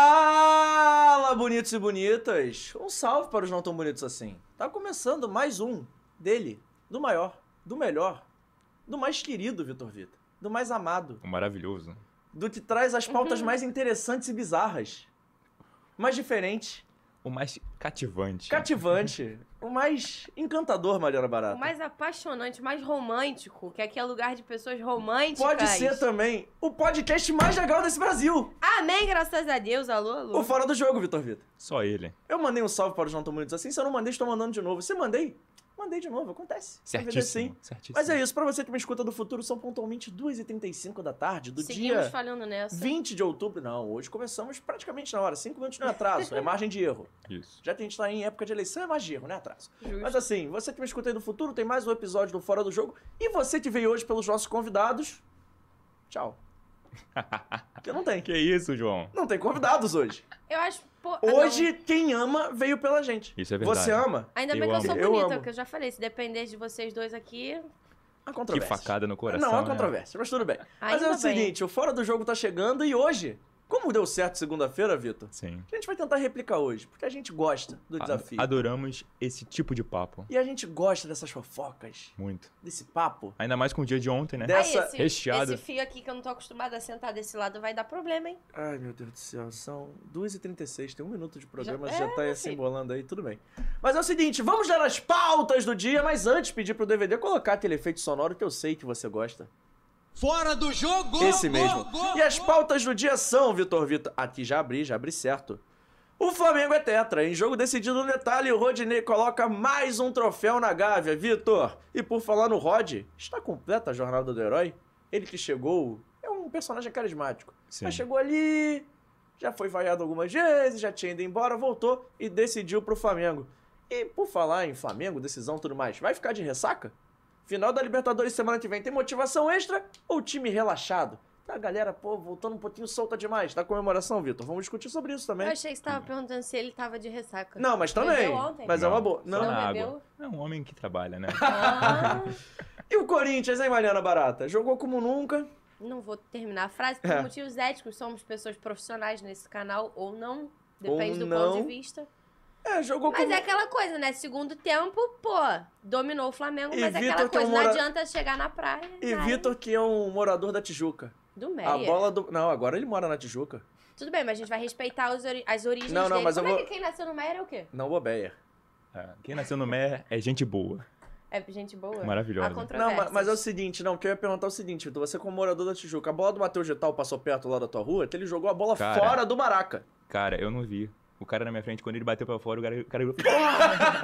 Fala, bonitos e bonitas! Um salve para os não tão bonitos assim. Tá começando mais um dele, do maior, do melhor, do mais querido Vitor Vita, do mais amado, Maravilhoso. do que traz as Uhum. pautas mais interessantes e bizarras, mais diferente, O mais cativante. cativante, o mais encantador, Mariana Barata. O mais apaixonante, o mais romântico, que aqui é lugar de pessoas românticas. Pode ser também o podcast mais legal desse Brasil, Amém, graças a Deus. Alô, alô. o Fora do Jogo, Vitor Vita. Só ele. Eu mandei um salve para os não tão bonitos assim. Se eu não mandei, estou mandando de novo. Se mandei, mandei de novo. Acontece. Talvez assim. Certíssimo. certíssimo. Mas é isso, para você que me escuta do futuro, são pontualmente 2h35 da tarde, do Seguimos dia falhando nessa. 20 de outubro. Não, hoje começamos praticamente na hora. 5 minutos não é atraso, é margem de erro. Isso. Já que a gente tá em época de eleição, é margem de erro, não é atraso. Justo. Mas assim, você que me escuta aí do futuro, tem mais um episódio do Fora do Jogo. E você que veio hoje pelos nossos convidados, tchau. Porque não tem. Que isso, João? Não tem convidados hoje. Eu acho. pô, ah, não. Hoje, quem ama veio pela gente. Isso é verdade. Você ama? Ainda bem Eu que eu sou amo. Eu bonita, amo. que eu já falei. Se depender de vocês dois aqui. A Que controvérsia. facada no coração. não, há né? controvérsia, mas tudo bem. mas é o Ainda bem. seguinte, o Fora do Jogo tá chegando e hoje, como deu certo segunda-feira, Vitor, Sim. a gente vai tentar replicar hoje, porque a gente gosta do A- desafio. Adoramos esse tipo de papo. E a gente gosta dessas fofocas, Muito. desse papo. Ainda mais com o dia de ontem, né? Dez- Essa- Ah, esse, Recheado. esse fio aqui que eu não tô acostumada a sentar desse lado vai dar problema, hein? Ai, meu Deus do céu, são 2h36, tem um minuto de programa, Já- já, é, tá aí meu se filho. embolando aí, tudo bem. Mas é o seguinte, vamos dar as pautas do dia, mas antes pedir pro DVD colocar aquele efeito sonoro que eu sei que você gosta. Fora do jogo! Esse Gol, mesmo. gol, E as gol. pautas do dia são, Vitor Vitor. Aqui já abri, já abri certo. O Flamengo é tetra. Em jogo decidido no detalhe, o Rodinei coloca mais um troféu na Gávea, Vitor. E por falar no Rod, está completa a jornada do herói? Ele que chegou é um personagem carismático. Sim. Mas chegou ali, já foi vaiado algumas vezes, já tinha ido embora, voltou e decidiu pro Flamengo. E por falar em Flamengo, decisão e tudo mais, vai ficar de ressaca? Final da Libertadores semana que vem tem motivação extra ou time relaxado? Tá, galera, pô, voltando um pouquinho solta demais da comemoração, Vitor. Vamos discutir sobre isso também. Eu achei que você tava perguntando se ele tava de ressaca. Não, mas também. Bebeu ontem? Mas é uma boa. Não, Não. só Não na bebeu? água. É um homem que trabalha, né? Ah, E o Corinthians, hein, Mariana Barata? Jogou como nunca. não vou terminar a frase. Por É. motivos éticos, somos pessoas profissionais nesse canal ou não. Ou Depende do não. ponto de vista. É, jogou Mas como. é aquela coisa, né? Segundo tempo, pô, dominou o Flamengo, E mas é Vitor, aquela que é um coisa, mora- não adianta chegar na praia. E vai Vitor, Ah, que é um morador da Tijuca. Do A Meia. bola do. Não, agora ele mora na Tijuca. Tudo bem, mas a gente vai respeitar os ori- as origens Não, não, dele. mas eu Como é vou- que quem nasceu no Meia era o quê? Não bobeia. É, Quem nasceu no Mé é gente boa. É gente boa. Maravilhosa. Há Não, ma- controvérsias. mas é o seguinte, não, o que eu ia perguntar é o seguinte, Vitor, você como morador da Tijuca, a bola do Matheus Getal passou perto lá da tua rua, que ele jogou a bola Cara. fora do Maraca. Cara, eu não vi. O cara na minha frente, quando ele bateu pra fora, o cara. O cara,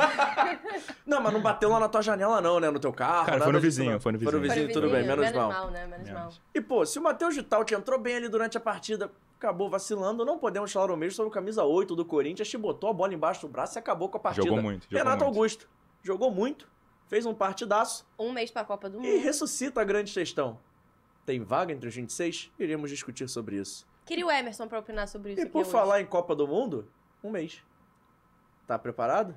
Não, mas não bateu lá na tua janela não, né, no teu carro. Cara, foi nada no disso, vizinho, não. foi no Foi no vizinho. vizinho, Foi tudo bem, menos, mal. né? Menos, mal. Menos. E, pô, se o Matheus Getal, que entrou bem ali durante a partida, acabou vacilando, não podemos falar o mesmo sobre o camisa 8 do Corinthians, te botou a bola embaixo do braço e acabou com a partida. Jogou muito, jogou Renato muito. Augusto jogou muito, fez um partidaço, Um mês pra Copa do E Mundo. ressuscita a grande questão. Tem vaga entre os 26? Iremos discutir sobre isso. Queria o Emerson pra opinar sobre E isso aqui é por hoje. falar em Copa do Mundo, um mês. Tá preparado?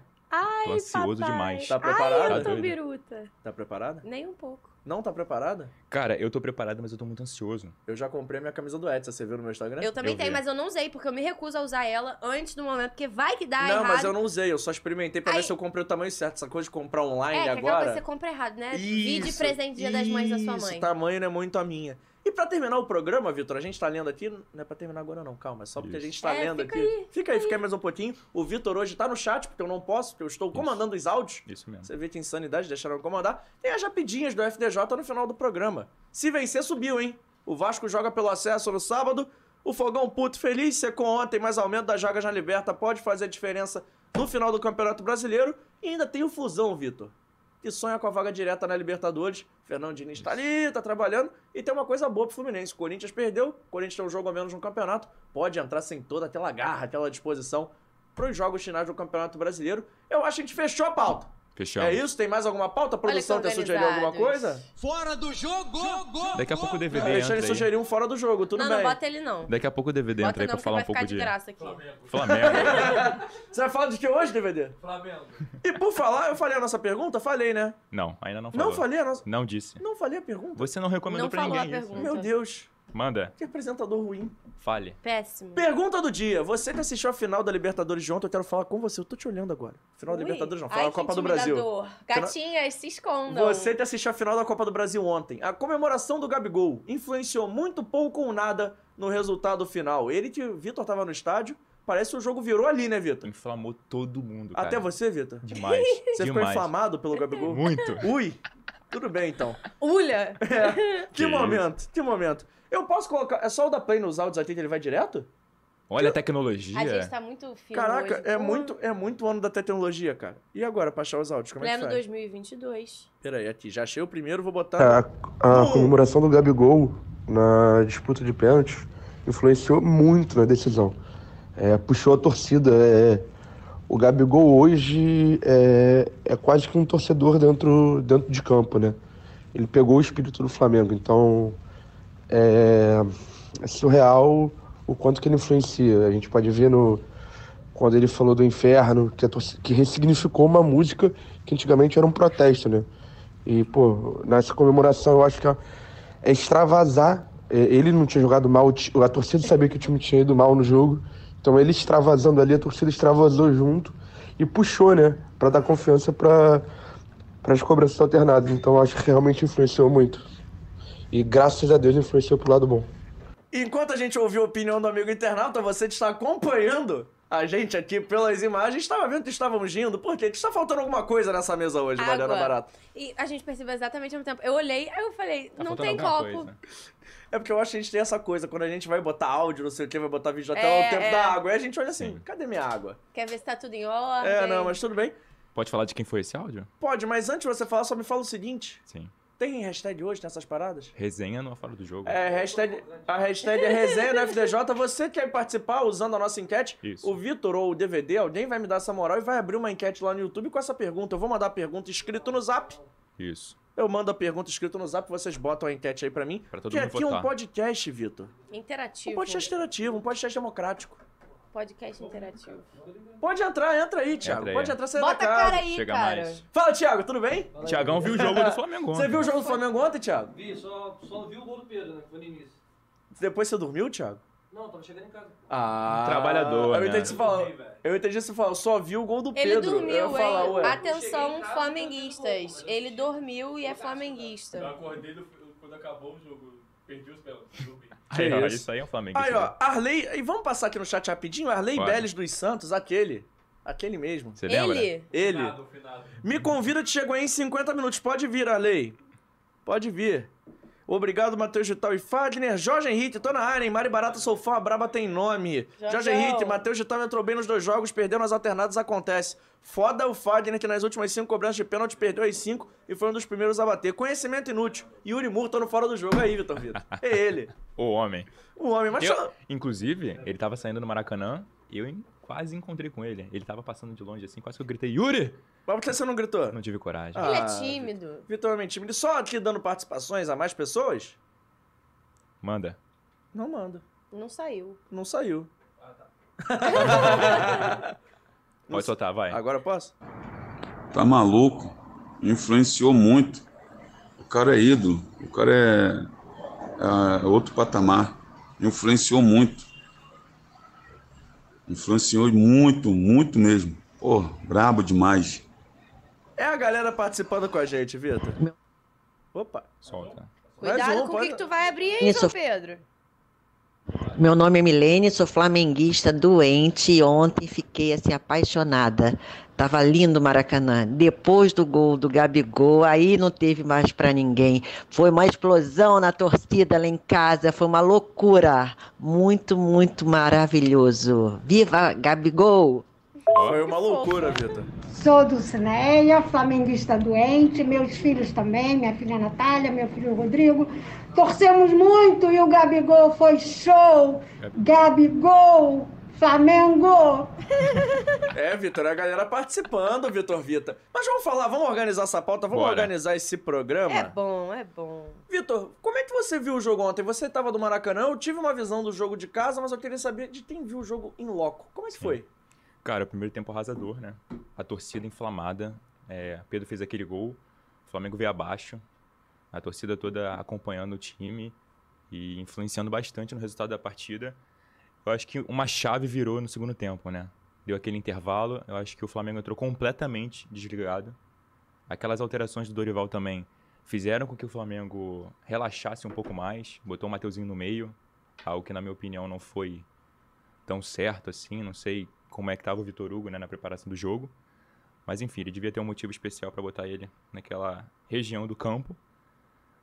Tô ansioso demais. Tá preparado? Eu Tá tô doido. biruta. Tá preparada? Nem um pouco. Não tá preparada? Cara, eu tô preparado, mas eu tô muito ansioso. Eu já comprei a minha camisa do Edson, você viu no meu Instagram? Eu também Eu vi. tenho, mas eu não usei, porque eu me recuso a usar ela antes do momento, porque vai que dá não, errado. mas eu não usei, eu só experimentei pra ver Aí- se eu comprei o tamanho certo. Essa coisa de comprar É, online que acaba que agora. você compra errado, né? Isso, Vide presente dia das mães da sua mãe. Isso, tamanho não é muito a minha. E pra terminar o programa, Vitor, a gente tá lendo aqui, não é pra terminar agora não, calma, é só porque a Isso. gente tá É, lendo fica aqui. aí, fica aí, fica aí mais um pouquinho. O Vitor hoje tá no chat, porque eu não posso, porque eu estou comandando os áudios. Isso mesmo. Você vê que insanidade deixaram eu comandar. Tem as rapidinhas do FDJ no final do programa. Se vencer, subiu, hein? O Vasco joga pelo acesso no sábado. O Fogão puto feliz, secou ontem, mas aumento das vagas na Liberta pode fazer a diferença no final do Campeonato Brasileiro. E ainda tem o Fusão, Vitor, que sonha com a vaga direta na Libertadores. Fernando Diniz tá ali, tá trabalhando. E tem uma coisa boa pro Fluminense. O Corinthians perdeu, o Corinthians tem um jogo a menos no campeonato. Pode entrar sem toda aquela garra, aquela disposição pros jogos finais do Campeonato Brasileiro. Eu acho que a gente fechou a pauta. Fechamos. É isso? Tem mais alguma pauta? A produção que quer sugerir alguma coisa? organizados. Fora do jogo! Gol, gol, Daqui a pouco gol. o DVD Ah, Deixa entra ele aí. sugerir um fora do jogo, tudo não, bem. não bota ele não. Daqui a pouco o DVD bota entra aí não, pra que falar vai um pouco ficar de de graça aqui. Flamengo. Você vai falar de que hoje, DVD? Flamengo. E por falar, eu falei a nossa pergunta? Falei, né? não, ainda não falou. Não falei a nossa. Não disse. Não falei a pergunta? Você não recomendou Não pra falou ninguém a isso. pergunta. Meu Deus. Manda. Que apresentador ruim. Fale. Péssimo. Pergunta do dia. Você que assistiu a final da Libertadores de ontem, eu quero falar com você. Eu tô te olhando agora. Final da Ui. Libertadores não, Ai, fala a que Copa do Brasil. intimidador. Gatinhas, se escondam. Você que assistiu a final da Copa do Brasil ontem. A comemoração do Gabigol influenciou muito pouco ou nada no resultado final. Ele que o Vitor tava no estádio, parece que o jogo virou ali, né, Vitor? Inflamou todo mundo, cara. Até você, Vitor? Demais. Você ficou demais. inflamado pelo Gabigol? Muito. Ui! Tudo bem, então. Ulha! É. Que, Que momento, que momento. Eu posso colocar. É só o da Play nos áudios aqui que ele vai direto? Olha a tecnologia. A gente tá muito fino Caraca, hoje. é Pô, muito é muito ano da tecnologia, cara. E agora, pra achar os áudios? Como é que Pleno faz? 2022. Peraí, aqui, já achei o primeiro, vou botar. É, A, a Pô. comemoração do Gabigol na disputa de pênaltis influenciou muito na decisão. É, puxou a torcida. é, o Gabigol hoje é, é quase que um torcedor dentro, dentro de campo, né? Ele pegou o espírito do Flamengo, então é, é surreal o quanto que ele influencia. A gente pode ver no, quando ele falou do inferno, que, a torci- que ressignificou uma música que antigamente era um protesto, né? E, pô, nessa comemoração eu acho que é é extravasar. É, Ele não tinha jogado mal, o ti- a torcida sabia que o time tinha ido mal no jogo. Então ele extravasando ali, a torcida extravasou junto e puxou, né? Pra dar confiança para as cobranças alternadas. Então eu acho que realmente influenciou muito. E graças a Deus influenciou pro lado bom. Enquanto a gente ouviu a opinião do amigo internauta, você que está acompanhando a gente aqui pelas imagens, estava vendo que estávamos rindo. Por quê? Que está faltando alguma coisa nessa mesa hoje, Água. Mariana Barata. E a gente percebeu exatamente ao mesmo tempo. Eu olhei, aí eu falei, Tá não faltando tem alguma copo. coisa. É porque eu acho que a gente tem essa coisa, quando a gente vai botar áudio, não sei o que, vai botar vídeo até É, o tempo é. da água. Aí a gente olha assim, Sim. cadê minha água? Quer ver se tá tudo em ordem? É, não, mas tudo bem. Pode falar de quem foi esse áudio? Pode, mas antes de você falar, só me fala o seguinte. Sim. Tem hashtag hoje nessas paradas? Resenha no Fora do Jogo. É, hashtag, a hashtag é resenha do FDJ. Você quer participar usando a nossa enquete? Isso. O Vitor ou o DVD, alguém vai me dar essa moral e vai abrir uma enquete lá no YouTube com essa pergunta. Eu vou mandar a pergunta escrito no zap. Isso. Eu mando a pergunta escrito no zap, vocês botam a enquete aí pra mim. Pra todo que mundo aqui é um votar. podcast, Vitor. Um Interativo. podcast interativo, um podcast democrático. Podcast interativo. Pode entrar, entra aí, Thiago. Entra aí. é. Pode entrar, sai Bota da a casa. cara aí, Chega cara. mais. Fala, Thiago, tudo bem? Tiagão viu o jogo do Flamengo. Você ontem. viu o jogo do Flamengo ontem, Thiago? Vi, só, só vi o gol do Pedro, né? que Foi no início. Depois você dormiu, Thiago? Não, tava chegando em casa. Ah, Trabalhador, eu né? entendi você falar. Eu entendi você falar, eu só vi o gol do Ele Pedro. eu ia dormiu, falar, hein? ué. Cheguei Atenção, em casa, flamenguistas. eu tô Ele dormiu e é flamenguista. acordei do- quando acabou o jogo, perdi os pênaltis, dormi. Aí, ó, Que isso? isso aí é um Flamengo. Aí, isso ó, Arley. E vamos passar aqui no chat rapidinho. Arley Bora. Beles dos Santos, aquele. Aquele mesmo. Você lembra? Ele? é Ele. Finado, finado. Me convida, te chegou aí em 50 minutos. Pode vir, Arley. Pode vir. Obrigado, Matheus Vital e Fagner. Jorge Henrique, tô na área, hein? Mari Barata, sou fã, a braba tem nome. Jorgão. Jorge Henrique, Matheus Vital entrou bem nos dois jogos, perdeu nas alternadas, acontece. Foda o Fagner, que nas últimas cinco cobranças de pênalti perdeu as cinco e foi um dos primeiros a bater. Conhecimento inútil. Yuri Murta no fora do jogo. Aí, Vitor Vitor. É ele. O homem. O homem, mas... Eu- inclusive, ele tava saindo no Maracanã e eu en- quase encontrei com ele. Ele tava passando de longe assim, quase que eu gritei, Yuri! Mas por que você não gritou? Não tive coragem. Ah. Ele é Vitor. tímido. Vitor é homem tímido. E Só aqui dando participações a mais pessoas? Manda. Não manda. Não saiu. Não saiu. Pode soltar, vai. Agora posso? Tá maluco? Influenciou muito. O cara é ídolo. O cara é, é outro patamar. Influenciou muito. Influenciou muito, muito mesmo. Pô, brabo demais. É a galera participando com a gente, Vitor. Opa. Solta. Mais um, Cuidado com o que, pode- que tu vai abrir aí, Isso. João Pedro. É Meu nome é Milene, sou flamenguista doente e ontem fiquei assim apaixonada. Tava lindo o Maracanã. Depois do gol do Gabigol, aí não teve mais para ninguém. Foi uma explosão na torcida lá em casa, foi uma loucura. Muito, muito maravilhoso. Viva Gabigol! Foi uma que loucura, fofa. Vitor. Sou Dulcineia, flamenguista doente, meus filhos também, minha filha Natália, meu filho Rodrigo. Torcemos muito e o Gabigol foi show! Gabigol, Flamengo! É, Vitor, é a galera participando, Vitor Vita. Mas vamos falar, vamos organizar essa pauta, vamos Bora. organizar esse É programa. bom, é bom. Vitor, como é que você viu o jogo ontem? Você tava do Maracanã, eu tive uma visão do jogo de casa, mas eu queria saber de quem viu o jogo em loco. Como é que foi? Cara, o primeiro tempo arrasador, né? A torcida inflamada. é, Pedro fez aquele gol. O Flamengo veio abaixo. A torcida toda acompanhando o time. E influenciando bastante no resultado da partida. Eu acho que uma chave virou no segundo tempo, né? Deu aquele intervalo. Eu acho que o Flamengo entrou completamente desligado. Aquelas alterações do Dorival também fizeram com que o Flamengo relaxasse um pouco mais. Botou o Mateuzinho no meio, algo que, na minha opinião, não foi tão certo assim. Não sei como é que estava o Vitor Hugo né, na preparação do jogo. Mas enfim, ele devia ter um motivo especial para botar ele naquela região do campo.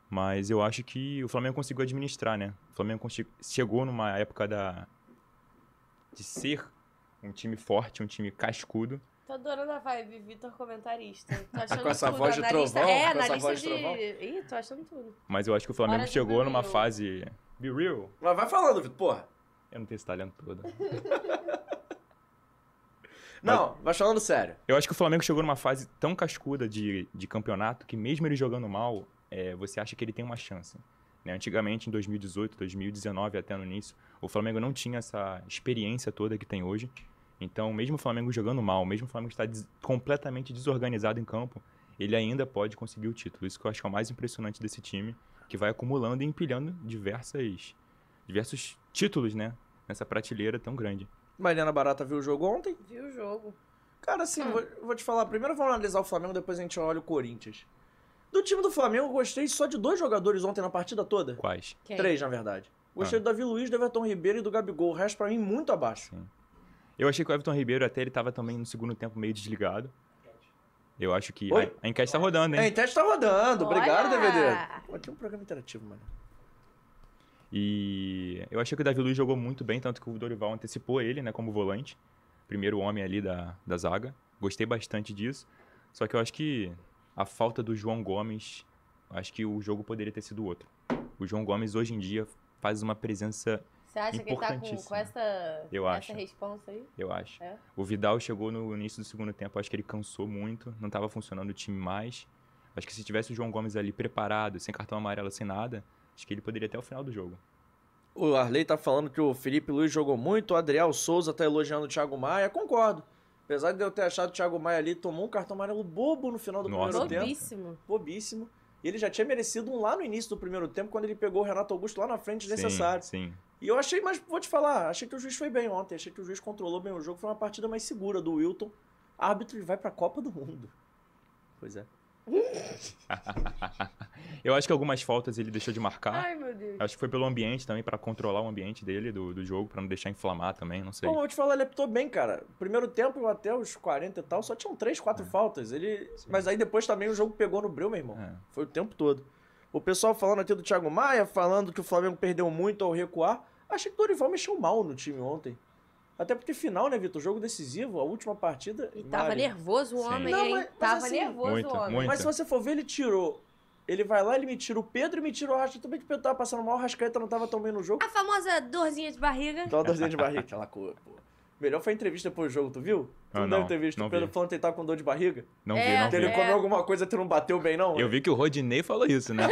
Mas eu acho que o Flamengo conseguiu administrar, né? O Flamengo consi- chegou numa época da de ser um time forte, um time cascudo. Tô Tá adorando a vibe, Vitor comentarista. Tô achando Com essa tudo, voz de analista... trovão, É, com essa analista voz de de... trovão. Ih, tô achando tudo. Mas eu acho que o Flamengo Hora de chegou be numa real. fase be real. Mas vai falando, Vitor, porra. Eu não tenho esse talento todo. Não, vai falando sério. Eu acho que o Flamengo chegou numa fase tão cascuda de, de campeonato que mesmo ele jogando mal, é, você acha que ele tem uma chance. né? Antigamente, em 2018, 2019, até no início, o Flamengo não tinha essa experiência toda que tem hoje. Então, mesmo o Flamengo jogando mal, mesmo o Flamengo estar des- completamente desorganizado em campo, ele ainda pode conseguir o título. Isso que eu acho que é o mais impressionante desse time, que vai acumulando e empilhando diversas, diversos títulos, né? Nessa prateleira tão grande. Mariana Barata viu o jogo ontem? Vi o jogo. Ah. Cara, assim, vou, vou te falar. Primeiro vamos analisar o Flamengo, depois a gente olha o Corinthians. Do time do Flamengo, eu gostei só de dois jogadores ontem na partida toda. Quais? Quem? Três, na verdade. Gostei do Davi Luiz, do Everton Ribeiro e do Gabigol. O resto, pra mim, muito abaixo. Eu achei que o Everton Ribeiro até ele tava também no segundo tempo meio desligado. Eu acho que Oi? a, a enquete tá rodando, hein? A enquete tá rodando. Obrigado, Olha! DVD. Pô, Aqui é um programa interativo, mano. E eu achei que o Davi Luiz jogou muito bem, tanto que o Dorival antecipou ele, né, como volante. Primeiro homem ali da, da zaga. Gostei bastante disso. Só que eu acho que a falta do João Gomes, acho que o jogo poderia ter sido outro. O João Gomes hoje em dia faz uma presença Você acha que ele tá com, Importantíssimo. com essa, Eu essa acho. responsa aí? eu acho. É. O Vidal chegou no início do segundo tempo, acho que ele cansou muito, não estava funcionando o time mais. Acho que se tivesse o João Gomes ali preparado, sem cartão amarelo, sem nada, acho que ele poderia ir até o final do jogo. O Arley tá falando que o Felipe Luiz jogou muito, o Adriel Souza tá elogiando o Thiago Maia. Concordo. Apesar de eu ter achado o Thiago Maia ali, tomou um cartão amarelo bobo no final do Nossa. primeiro tempo. Bobíssimo. Bobíssimo. E ele já tinha merecido um lá no início do primeiro tempo, quando ele pegou o Renato Augusto lá na frente, É necessário. Sim, sim. E eu achei, mas vou te falar, achei que o juiz foi bem ontem, achei que o juiz controlou bem o jogo, foi uma partida mais segura do Wilton. Árbitro e vai pra Copa do Mundo. Pois é. Eu acho que algumas faltas ele deixou de marcar. Ai, meu Deus. Acho que foi pelo ambiente também, pra controlar o ambiente dele, do, do jogo, pra não deixar inflamar também, não sei. Bom, eu vou te falar, ele apitou bem, cara. Primeiro tempo, até os 40 e tal, só tinham 3, 4 faltas. Ele... Mas aí depois também o jogo pegou no breu, meu irmão. É. Foi o tempo todo. O pessoal falando aqui do Thiago Maia, falando que o Flamengo perdeu muito ao recuar. Achei que o Dorival mexeu mal no time ontem. Até porque final, né, Vitor? Jogo decisivo, a última partida. E tava Mari. nervoso o Sim. homem, Não, hein? mas- mas tava assim- nervoso Muito, o homem. muito. Mas se você for ver, ele tirou. Ele vai lá, ele me tira o Pedro e me tira o Arrascaeta. Também que o Pedro tava passando mal, o Arrascaeta não tava tão bem no jogo. A famosa dorzinha de barriga. Dá uma dorzinha de barriga, aquela cor, pô. Melhor foi a entrevista depois do jogo, tu viu? Tu Ah, não, deve não, ter visto o não Pedro vi. falando que ele tava com dor de barriga. Não É, vi, Que ele não vi. é. comeu alguma coisa que não bateu bem, não. Eu vi que o Rodinei falou isso, né?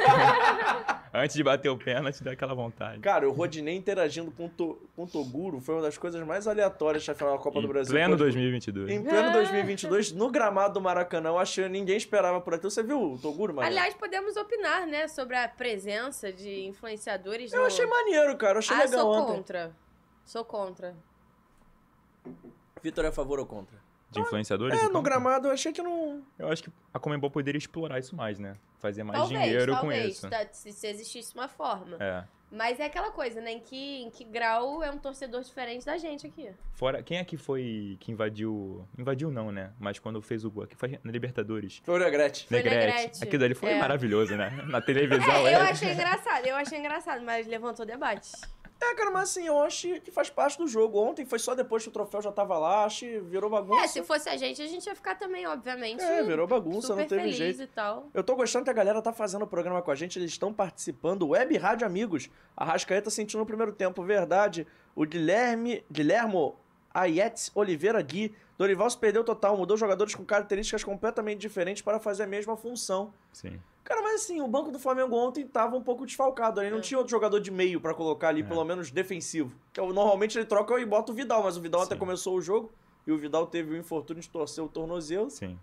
antes de bater o pênalti, dá aquela vontade. Cara, o Rodinei interagindo com o, To- com o Toguro foi uma das coisas mais aleatórias da final da Copa do Em Brasil. pleno Pô, 2022. Em É. pleno 2022, no gramado do Maracanã, eu achei ninguém esperava por aquilo. Você viu o Toguro, mano? Aliás, podemos opinar, né, sobre a presença de influenciadores eu no... achei maneiro, cara. Eu achei Ah, legal sou ontem. contra. Sou contra. Vitor é a favor ou contra? De influenciadores? É, então? no gramado eu achei que não. Eu acho que a Comembol poderia explorar isso mais, né? Fazer mais talvez, dinheiro talvez, com isso. tá- se, se existisse uma forma. É. Mas é aquela coisa, né, em que, em que grau é um torcedor diferente da gente aqui. Fora, quem é que foi que invadiu. Invadiu não, né? Mas quando fez o gol aqui foi na Libertadores. Foi o Negrete. Foi Negrete. Negrete. Aquilo ali foi É. maravilhoso, né? Na televisão. É, eu era- achei engraçado, eu achei engraçado, mas levantou debate. É, cara, mas assim, eu acho que faz parte do jogo. Ontem foi só depois que o troféu já tava lá, acho que virou bagunça. É, se fosse a gente, a gente ia ficar também, obviamente. É, virou bagunça, super não teve feliz jeito. e tal. Eu tô gostando que a galera tá fazendo o programa com a gente, eles estão participando. Web Rádio Amigos, a Rascaeta sentiu no primeiro tempo, verdade. O Guilherme, Guilhermo Ayetz Oliveira Gui, Dorival se perdeu total, mudou jogadores com características completamente diferentes para fazer a mesma função. Sim. Cara, mas assim, o banco do Flamengo ontem tava um pouco desfalcado. Ele não tinha outro jogador de meio pra colocar É. ali, pelo menos defensivo. Então, normalmente ele troca e bota o Vidal, mas o Vidal até Sim. começou o jogo e o Vidal teve o infortúnio de torcer o tornozelo. Tá Sim.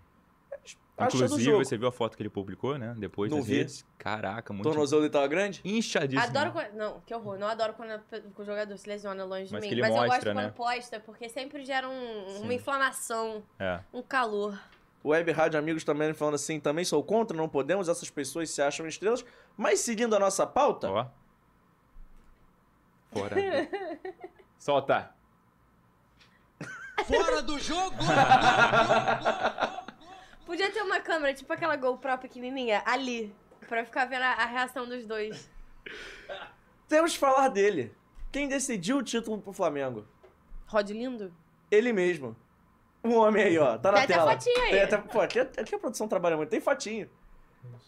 Achando o Inclusive, é jogo. você viu a foto que ele publicou, né? Depois Não das vi. redes. Caraca, muito. Tornozelo dele tava grande? Inchadíssimo. Adoro quando... Não, que horror. Não adoro quando a- o jogador se lesiona longe de Mas mim. que ele Mas eu gosto mostra, né? quando posta, porque sempre gera um- Sim. uma inflamação, É. um calor. Web Rádio Amigos também falando assim, também sou contra, não podemos, essas pessoas se acham estrelas. Mas seguindo a nossa pauta... Ó. Fora. Solta. Fora do jogo! Podia ter uma câmera, tipo aquela GoPro pequenininha, ali. Pra ficar vendo a, a reação dos dois. Temos que falar dele. Quem decidiu o título pro Flamengo? Rod Lindo? Ele mesmo. O homem aí, ó. Tá na Tem até tela. fotinho aí. Tem até, pô, aqui, aqui a produção trabalha muito. Tem fatinho.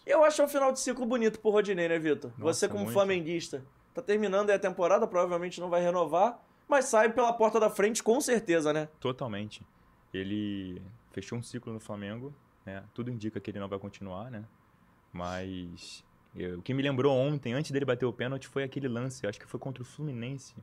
Eu acho um final de ciclo bonito pro Rodinei, né, Vitor? Você como muito. flamenguista. Tá terminando aí a temporada, provavelmente não vai renovar. Mas sai pela porta da frente com certeza, né? Totalmente. Ele fechou um ciclo no Flamengo, né? Tudo indica que ele não vai continuar, né? Mas eu- o que me lembrou ontem, antes dele bater o pênalti, foi aquele lance, eu acho que foi contra o Fluminense.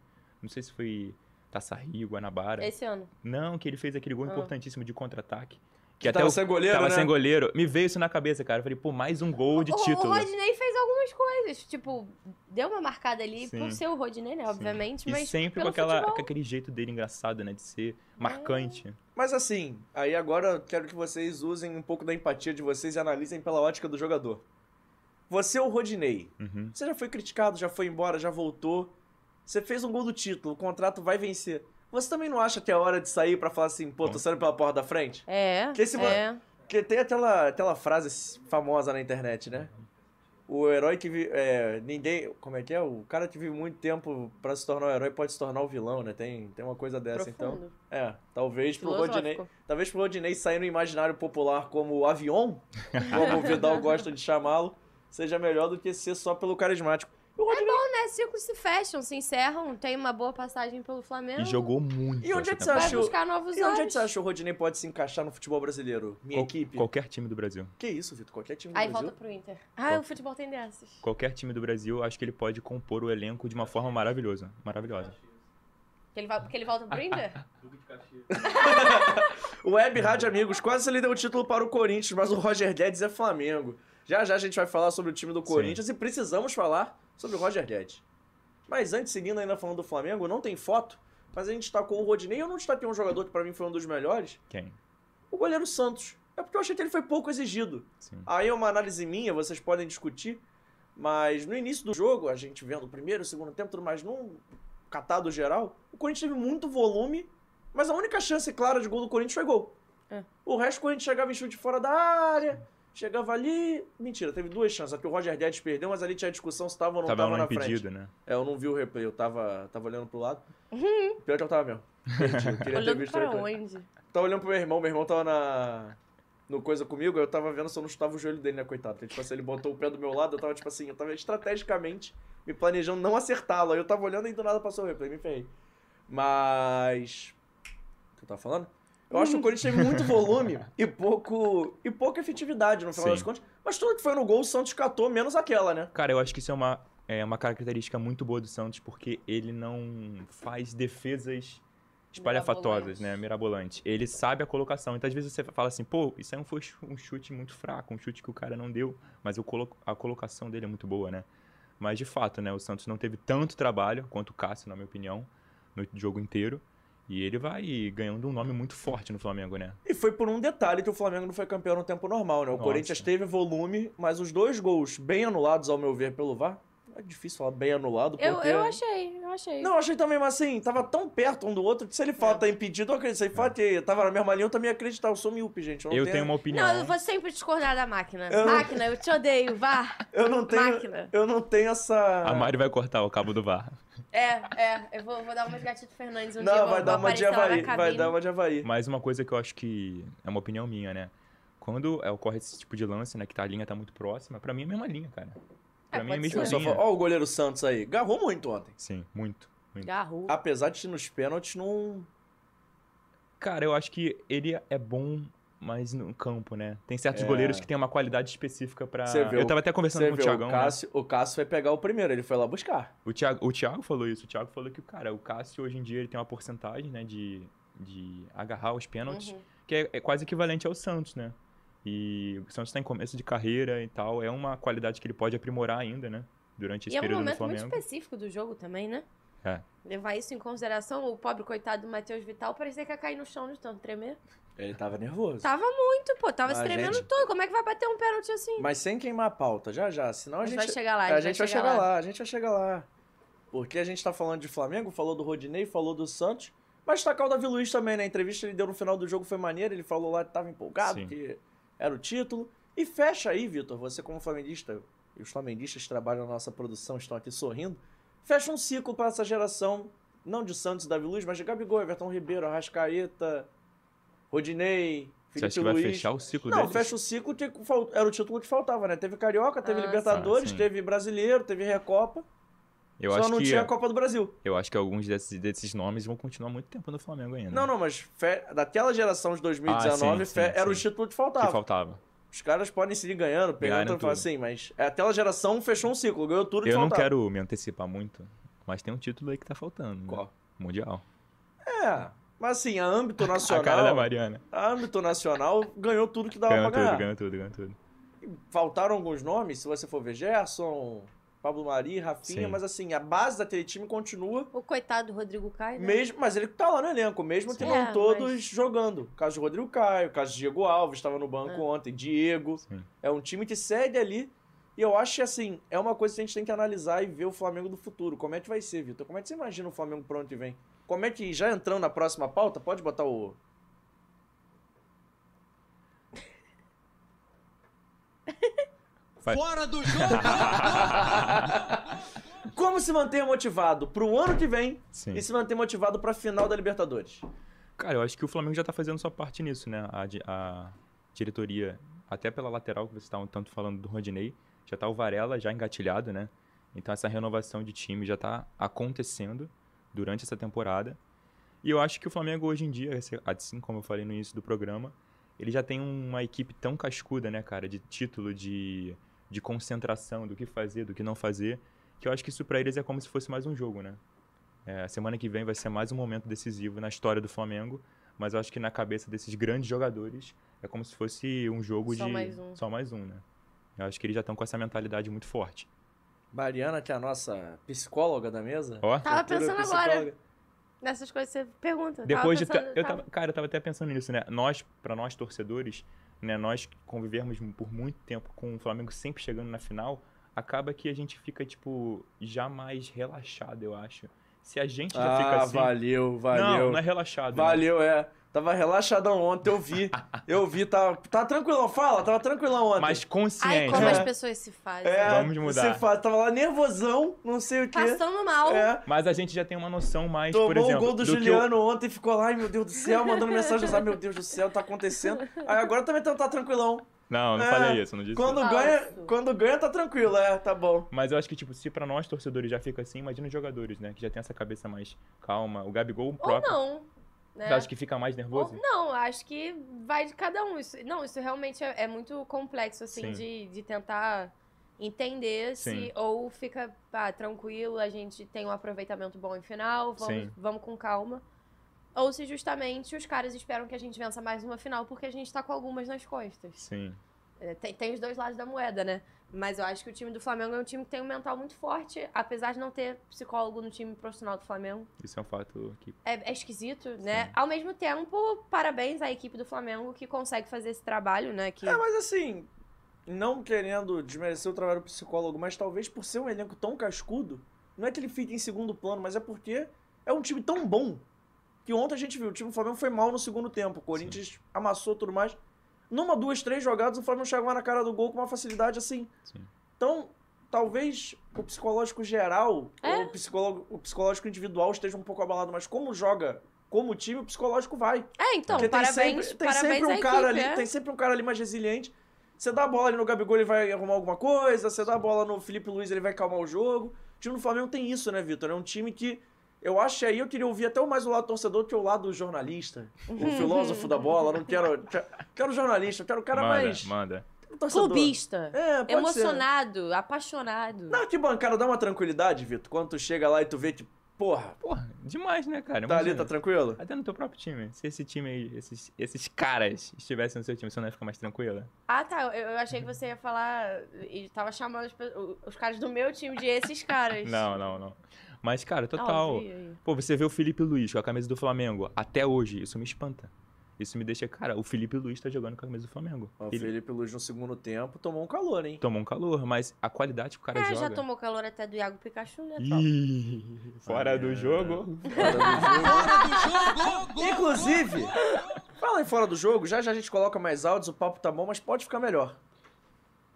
Não sei se foi Taça Rio, Guanabara. Esse ano. Não, que ele fez aquele gol Ah. importantíssimo de contra-ataque. Que tava sem goleiro, Tava né? sem goleiro. Me veio isso na cabeça, cara. Eu falei, pô, mais um gol de o, título. o Rodinei fez algumas coisas. Tipo, deu uma marcada ali Sim. por ser o Rodinei, né? Obviamente, e mas. sempre com, pelo aquela, futebol. com aquele jeito dele engraçado, né? De É. ser marcante. Mas assim, aí agora eu quero que vocês usem um pouco da empatia de vocês e analisem pela ótica do jogador. Você é o Rodinei. Uhum. Você já foi criticado, já foi embora, já voltou. Você fez um gol do título, o contrato vai vencer. Você também não acha que é hora de sair pra falar assim, pô, tô saindo pela porta da frente? É. Que esse mo- é. Porque tem aquela, aquela frase famosa na internet, né? O herói que vi, é, ninguém, como é que é? O cara que vive muito tempo pra se tornar um herói pode se tornar o vilão, né? Tem, tem uma coisa dessa, então. Profundo. É, talvez pro Filosófico. Rodinei, talvez pro Rodinei sair no imaginário popular como o avião, como o Vidal gosta de chamá-lo, seja melhor do que ser só pelo carismático. O Rodinei Né, ciclos se fecham, se encerram, tem uma boa passagem pelo Flamengo. E jogou muito. É. E onde essa é que você temporada. Vai achou- buscar novos E onde é que ares. você acha que o Rodinei pode se encaixar no futebol brasileiro? Minha Qual- equipe? Qualquer time do Brasil. Que isso, Vitor? Qualquer time do Aí Brasil? volta pro Inter. Ah, o futebol tem dessas. Qualquer time do Brasil, acho que ele pode compor o elenco de uma forma maravilhosa. Maravilhosa. Que ele, vai- que ele volta pro Inter? é Duque de Caxias. Web Rádio Amigos, quase ele deu o título para o Corinthians, mas o Roger Guedes é Flamengo. Já já a gente vai falar sobre o time do Corinthians e precisamos falar sobre o Roger Guedes. Mas antes, seguindo ainda falando do Flamengo, não tem foto, mas a gente destacou o Rodinei. Eu não destaquei um jogador que pra mim foi um dos melhores, Quem? o goleiro Santos. É porque eu achei que ele foi pouco exigido. Sim. Aí é uma análise minha, vocês podem discutir. Mas no início do jogo, a gente vendo o primeiro, o segundo tempo, tudo mais, num catado geral, o Corinthians teve muito volume, mas a única chance clara de gol do Corinthians foi gol. É. O resto, o Corinthians chegava em chute fora da área, chegava ali. Mentira, teve duas chances. A que o Roger Guedes perdeu, mas ali tinha discussão se tava ou não Tava, tava, não na impedido, frente. né? É, eu não vi o replay, eu tava, tava olhando pro lado. Pior que eu tava mesmo. Perdi, eu queria ter Uhum. Olhando visto o pra replay. onde? Tava olhando pro meu irmão, meu irmão tava na. No coisa comigo, eu tava vendo se eu não chutava o joelho dele, né, coitado? Porque, tipo assim, ele botou o pé do meu lado, eu tava, tipo assim, eu tava estrategicamente me planejando não acertá-lo. Aí eu tava olhando e do nada passou o replay, me ferrei. Mas. O que eu tava falando? Eu acho que o Corinthians teve muito volume e pouco. e pouca efetividade, no final Sim. das contas. Mas tudo que foi no gol, o Santos catou, menos aquela, né? Cara, eu acho que isso é uma, é uma característica muito boa do Santos, porque ele não faz defesas espalhafatosas, Mirabolantes. né? Mirabolantes. Ele sabe a colocação. Então, às vezes você fala assim, pô, isso aí não foi um chute muito fraco, um chute que o cara não deu, mas o colo- a colocação dele é muito boa, né? Mas, de fato, né? O Santos não teve tanto trabalho quanto o Cássio, na minha opinião, no jogo inteiro. E ele vai ganhando um nome muito forte no Flamengo, né? E foi por um detalhe que o Flamengo não foi campeão no tempo normal, né? O Nossa. Corinthians teve volume, mas os dois gols bem anulados, ao meu ver, pelo VAR. É difícil falar bem anulado, porque... Eu, eu achei, eu achei. Não, eu achei também, mas assim, tava tão perto um do outro que se ele É. fala tá impedido, eu acredito. Se ele fala que tava na mesma linha, eu também ia acreditar. Eu sou míope, gente. Eu, não É. Eu tenho uma opinião. Não, eu vou sempre discordar da máquina. Eu- Máquina, eu te odeio, vá. Eu não tenho... Máquina. Eu não tenho essa... A Mari vai cortar o cabo do VAR. É, é, eu vou, vou dar uma de Gatito Fernandes um dia. Não, vou- vai vou dar uma de aparecer lá na Havaí. Vai cabine. dar uma de Havaí. Mas uma coisa que eu acho que é uma opinião minha, né? Quando é, ocorre esse tipo de lance, né? Que tá, a linha tá muito próxima, pra mim é a mesma linha, cara. Pra mim é a pode mesma Eu só linha. falo, ó o goleiro Santos aí. Garrou muito ontem. Sim, muito. muito. Garro. Apesar de nos pênaltis, não... Cara, eu acho que ele é bom, mas no campo, né? Tem certos É. goleiros que têm uma qualidade específica pra. Você vê eu o- tava até conversando Você com o vê, o Thiagão, né? Cássio, o Cássio foi pegar o primeiro, ele foi lá buscar. O Thiago, o Thiago falou isso. O Thiago falou que, cara, o Cássio hoje em dia ele tem uma porcentagem, né, de, de agarrar os pênaltis, Uhum. que é, é quase equivalente ao Santos, né? E o Santos está em começo de carreira e tal. É uma qualidade que ele pode aprimorar ainda, né? Durante esse E é um período no momento muito Flamengo. específico do jogo também, né? É. Levar isso em consideração, o pobre coitado do Matheus Vital parecia que ia cair no chão de tanto tremer. Ele tava nervoso. Tava muito, pô, tava Mas, se tremendo gente- todo. Como é que vai bater um pênalti assim? Mas sem queimar a pauta, já já. Senão a Mas gente. vai chegar lá, a gente vai chegar lá. lá. a gente vai chegar lá. Porque a gente tá falando de Flamengo, falou do Rodinei, falou do Santos. Mas destacar o Davi Luiz também, né? A entrevista que ele deu no final do jogo foi maneira. Ele falou lá que tava empolgado, Sim. que era o título. E fecha aí, Vitor, você como flamenguista, e os flamenguistas que trabalham na nossa produção, estão aqui sorrindo. Fecha um ciclo pra essa geração, não de Santos e Davi Luiz, mas de Gabigol, Everton Ribeiro, Arrascaeta, Rodinei, Você Felipe acha que vai Luiz. fechar o ciclo Não, deles? fecha o ciclo que fal- era o título que faltava, né? Teve Carioca, teve Ah, Libertadores, sim. teve Brasileiro, teve Recopa. Eu só acho não que é. tinha a Copa do Brasil. Eu acho que alguns desses, desses nomes vão continuar muito tempo no Flamengo ainda. né? Não, não, mas fe- daquela geração de 2019 Ah, sim, fe- sim, era o sim. título que faltava. Que faltava. Os caras podem seguir ganhando, pegando Ganharam tudo. tudo. assim, mas aquela geração fechou um ciclo, ganhou tudo que Eu não faltava. quero me antecipar muito, mas tem um título aí que tá faltando. né? Qual? Mundial. É, mas assim, a âmbito nacional. A cara da Mariana. a âmbito nacional ganhou tudo que dava Ganhou pra ganhar. tudo, ganhou tudo, ganhou tudo. Faltaram alguns nomes, se você for ver Gerson, Pablo Mari, Rafinha, Sim. mas assim, a base daquele time continua O coitado do Rodrigo Caio. né? Mesmo, mas ele tá lá no elenco, mesmo que Sim. não É, todos mas- jogando. Caso de Rodrigo Caio, caso de Diego Alves, estava no banco É. ontem, Diego. É um time que segue ali. E eu acho que, assim, é uma coisa que a gente tem que analisar e ver o Flamengo do futuro. Como é que vai ser, Vitor? Como é que você imagina o Flamengo pronto e vem? Como é que, já entrando na próxima pauta, pode botar o. Vai. Fora do jogo! Como se manter motivado pro ano que vem Sim. e se manter motivado pra final da Libertadores? Cara, eu acho que o Flamengo já tá fazendo sua parte nisso, né? A, di- a diretoria, até pela lateral que vocês estavam tanto falando do Rodinei, já tá o Varela já engatilhado, né? Então essa renovação de time já tá acontecendo durante essa temporada. E eu acho que o Flamengo hoje em dia, esse- assim como eu falei no início do programa, ele já tem uma equipe tão cascuda, né, cara, de título, de, de concentração, do que fazer, do que não fazer, que eu acho que isso pra eles é como se fosse mais um jogo, né? É, a semana que vem vai ser mais um momento decisivo na história do Flamengo, mas eu acho que na cabeça desses grandes jogadores é como se fosse um jogo Só de mais um. só mais um, né? Eu acho que eles já estão com essa mentalidade muito forte. Mariana, que é a nossa psicóloga da mesa. Ó. Tava Futura pensando psicóloga. agora. Nessas coisas que você pergunta. Depois de. tava ta- pensando- eu tava- tava- cara, eu tava até pensando nisso, né? Nós, pra nós torcedores, né? Nós que convivermos por muito tempo com o Flamengo sempre chegando na final, acaba que a gente fica, tipo, já mais relaxado, eu acho. Se a gente já fica Ah, assim. valeu, valeu. Não, não é relaxado. né? Valeu, é. Tava relaxadão ontem, eu vi. Eu vi, tava, tava tranquilão, fala, tava tranquilão ontem. Mas Ai, consciente. como né? as pessoas se fazem. é, Vamos mudar. Você fala, tava lá nervosão, não sei o quê. Passando mal. É, Mas a gente já tem uma noção mais, por tomou exemplo. o gol do, que o- Juliano ontem e ficou lá, ai meu Deus do céu, mandando mensagem, ai meu Deus do céu, tá acontecendo. Aí agora também tá, tá tranquilão. Não, não É, falei isso, não disse isso. Quando Falso. ganha, quando ganha, tá tranquilo, é, tá bom. Mas eu acho que, tipo, se pra nós torcedores já fica assim, imagina os jogadores, né? Que já tem essa cabeça mais calma. O Gabigol o Ou próprio. não. Né? Você acha que é fica mais Ou- nervoso? não, acho que vai de cada um. Isso, não, isso realmente é, é muito complexo, assim, Sim. de, de tentar entender se Sim. ou fica ah, tranquilo, a gente tem um aproveitamento bom em final, vamos, Sim. vamos com calma. Ou se justamente os caras esperam que a gente vença mais uma final porque a gente tá com algumas nas costas. Sim. É, Tem, tem os dois lados da moeda, né? Mas eu acho que o time do Flamengo é um time que tem um mental muito forte, apesar de não ter psicólogo no time profissional do Flamengo. Isso é um fato que É, é esquisito, né? Ao mesmo tempo, parabéns à equipe do Flamengo que consegue fazer esse trabalho, né? Que... É, mas assim, não querendo desmerecer o trabalho do psicólogo, mas talvez por ser um elenco tão cascudo, não é que ele fique em segundo plano, mas é porque é um time tão bom que ontem a gente viu, o time do Flamengo foi mal no segundo tempo, o Corinthians amassou tudo mais. Numa, duas, três jogadas, o Flamengo chegava na cara do gol com uma facilidade assim. Sim. Então, talvez o psicológico geral, É. ou o, psicólogo, o psicológico individual esteja um pouco abalado, mas como joga como time, o psicológico vai. É, então, Porque parabéns, tem sempre, tem parabéns sempre à um equipe, cara ali, é. tem sempre um cara ali mais resiliente. Você dá a bola ali no Gabigol, ele vai arrumar alguma coisa. Você dá a bola no Felipe Luiz, ele vai calmar o jogo. O time do Flamengo tem isso, né, Vitor? É um time que eu acho que aí eu queria ouvir até o mais o lado torcedor que é o lado jornalista, o Uhum. filósofo da bola. Eu Não quero, quero jornalista, eu quero o cara manda, mais manda. torcedor. Clubista, É, pode ser. emocionado, apaixonado. Na arquibancada dá uma tranquilidade, Vitor, quando tu chega lá e tu vê que, porra, Porra, Demais, né, cara? Tá ali, Imagina. tá tranquilo? Até no teu próprio time. Se esse time aí, esses, esses caras estivessem no seu time, você não ia ficar mais tranquila? Ah, tá. Eu, eu achei que você ia falar. E tava chamando os, pe- os caras do meu time de esses caras. Não, não, não. Mas, cara, total. vi, aí. Pô, você vê o Felipe Luiz com a camisa do Flamengo até hoje, isso me espanta. Isso me deixa, cara, o Felipe Luiz tá jogando com a camisa do Flamengo. Ó, O Ele Felipe Luiz no segundo tempo tomou um calor, hein? tomou um calor, mas a qualidade que o cara É, joga. já tomou calor até do Iago Pikachu, né? tropa? Ih, fora do jogo. Inclusive, fala em fora do jogo, já já a gente coloca mais áudios, o papo tá bom, mas pode ficar melhor.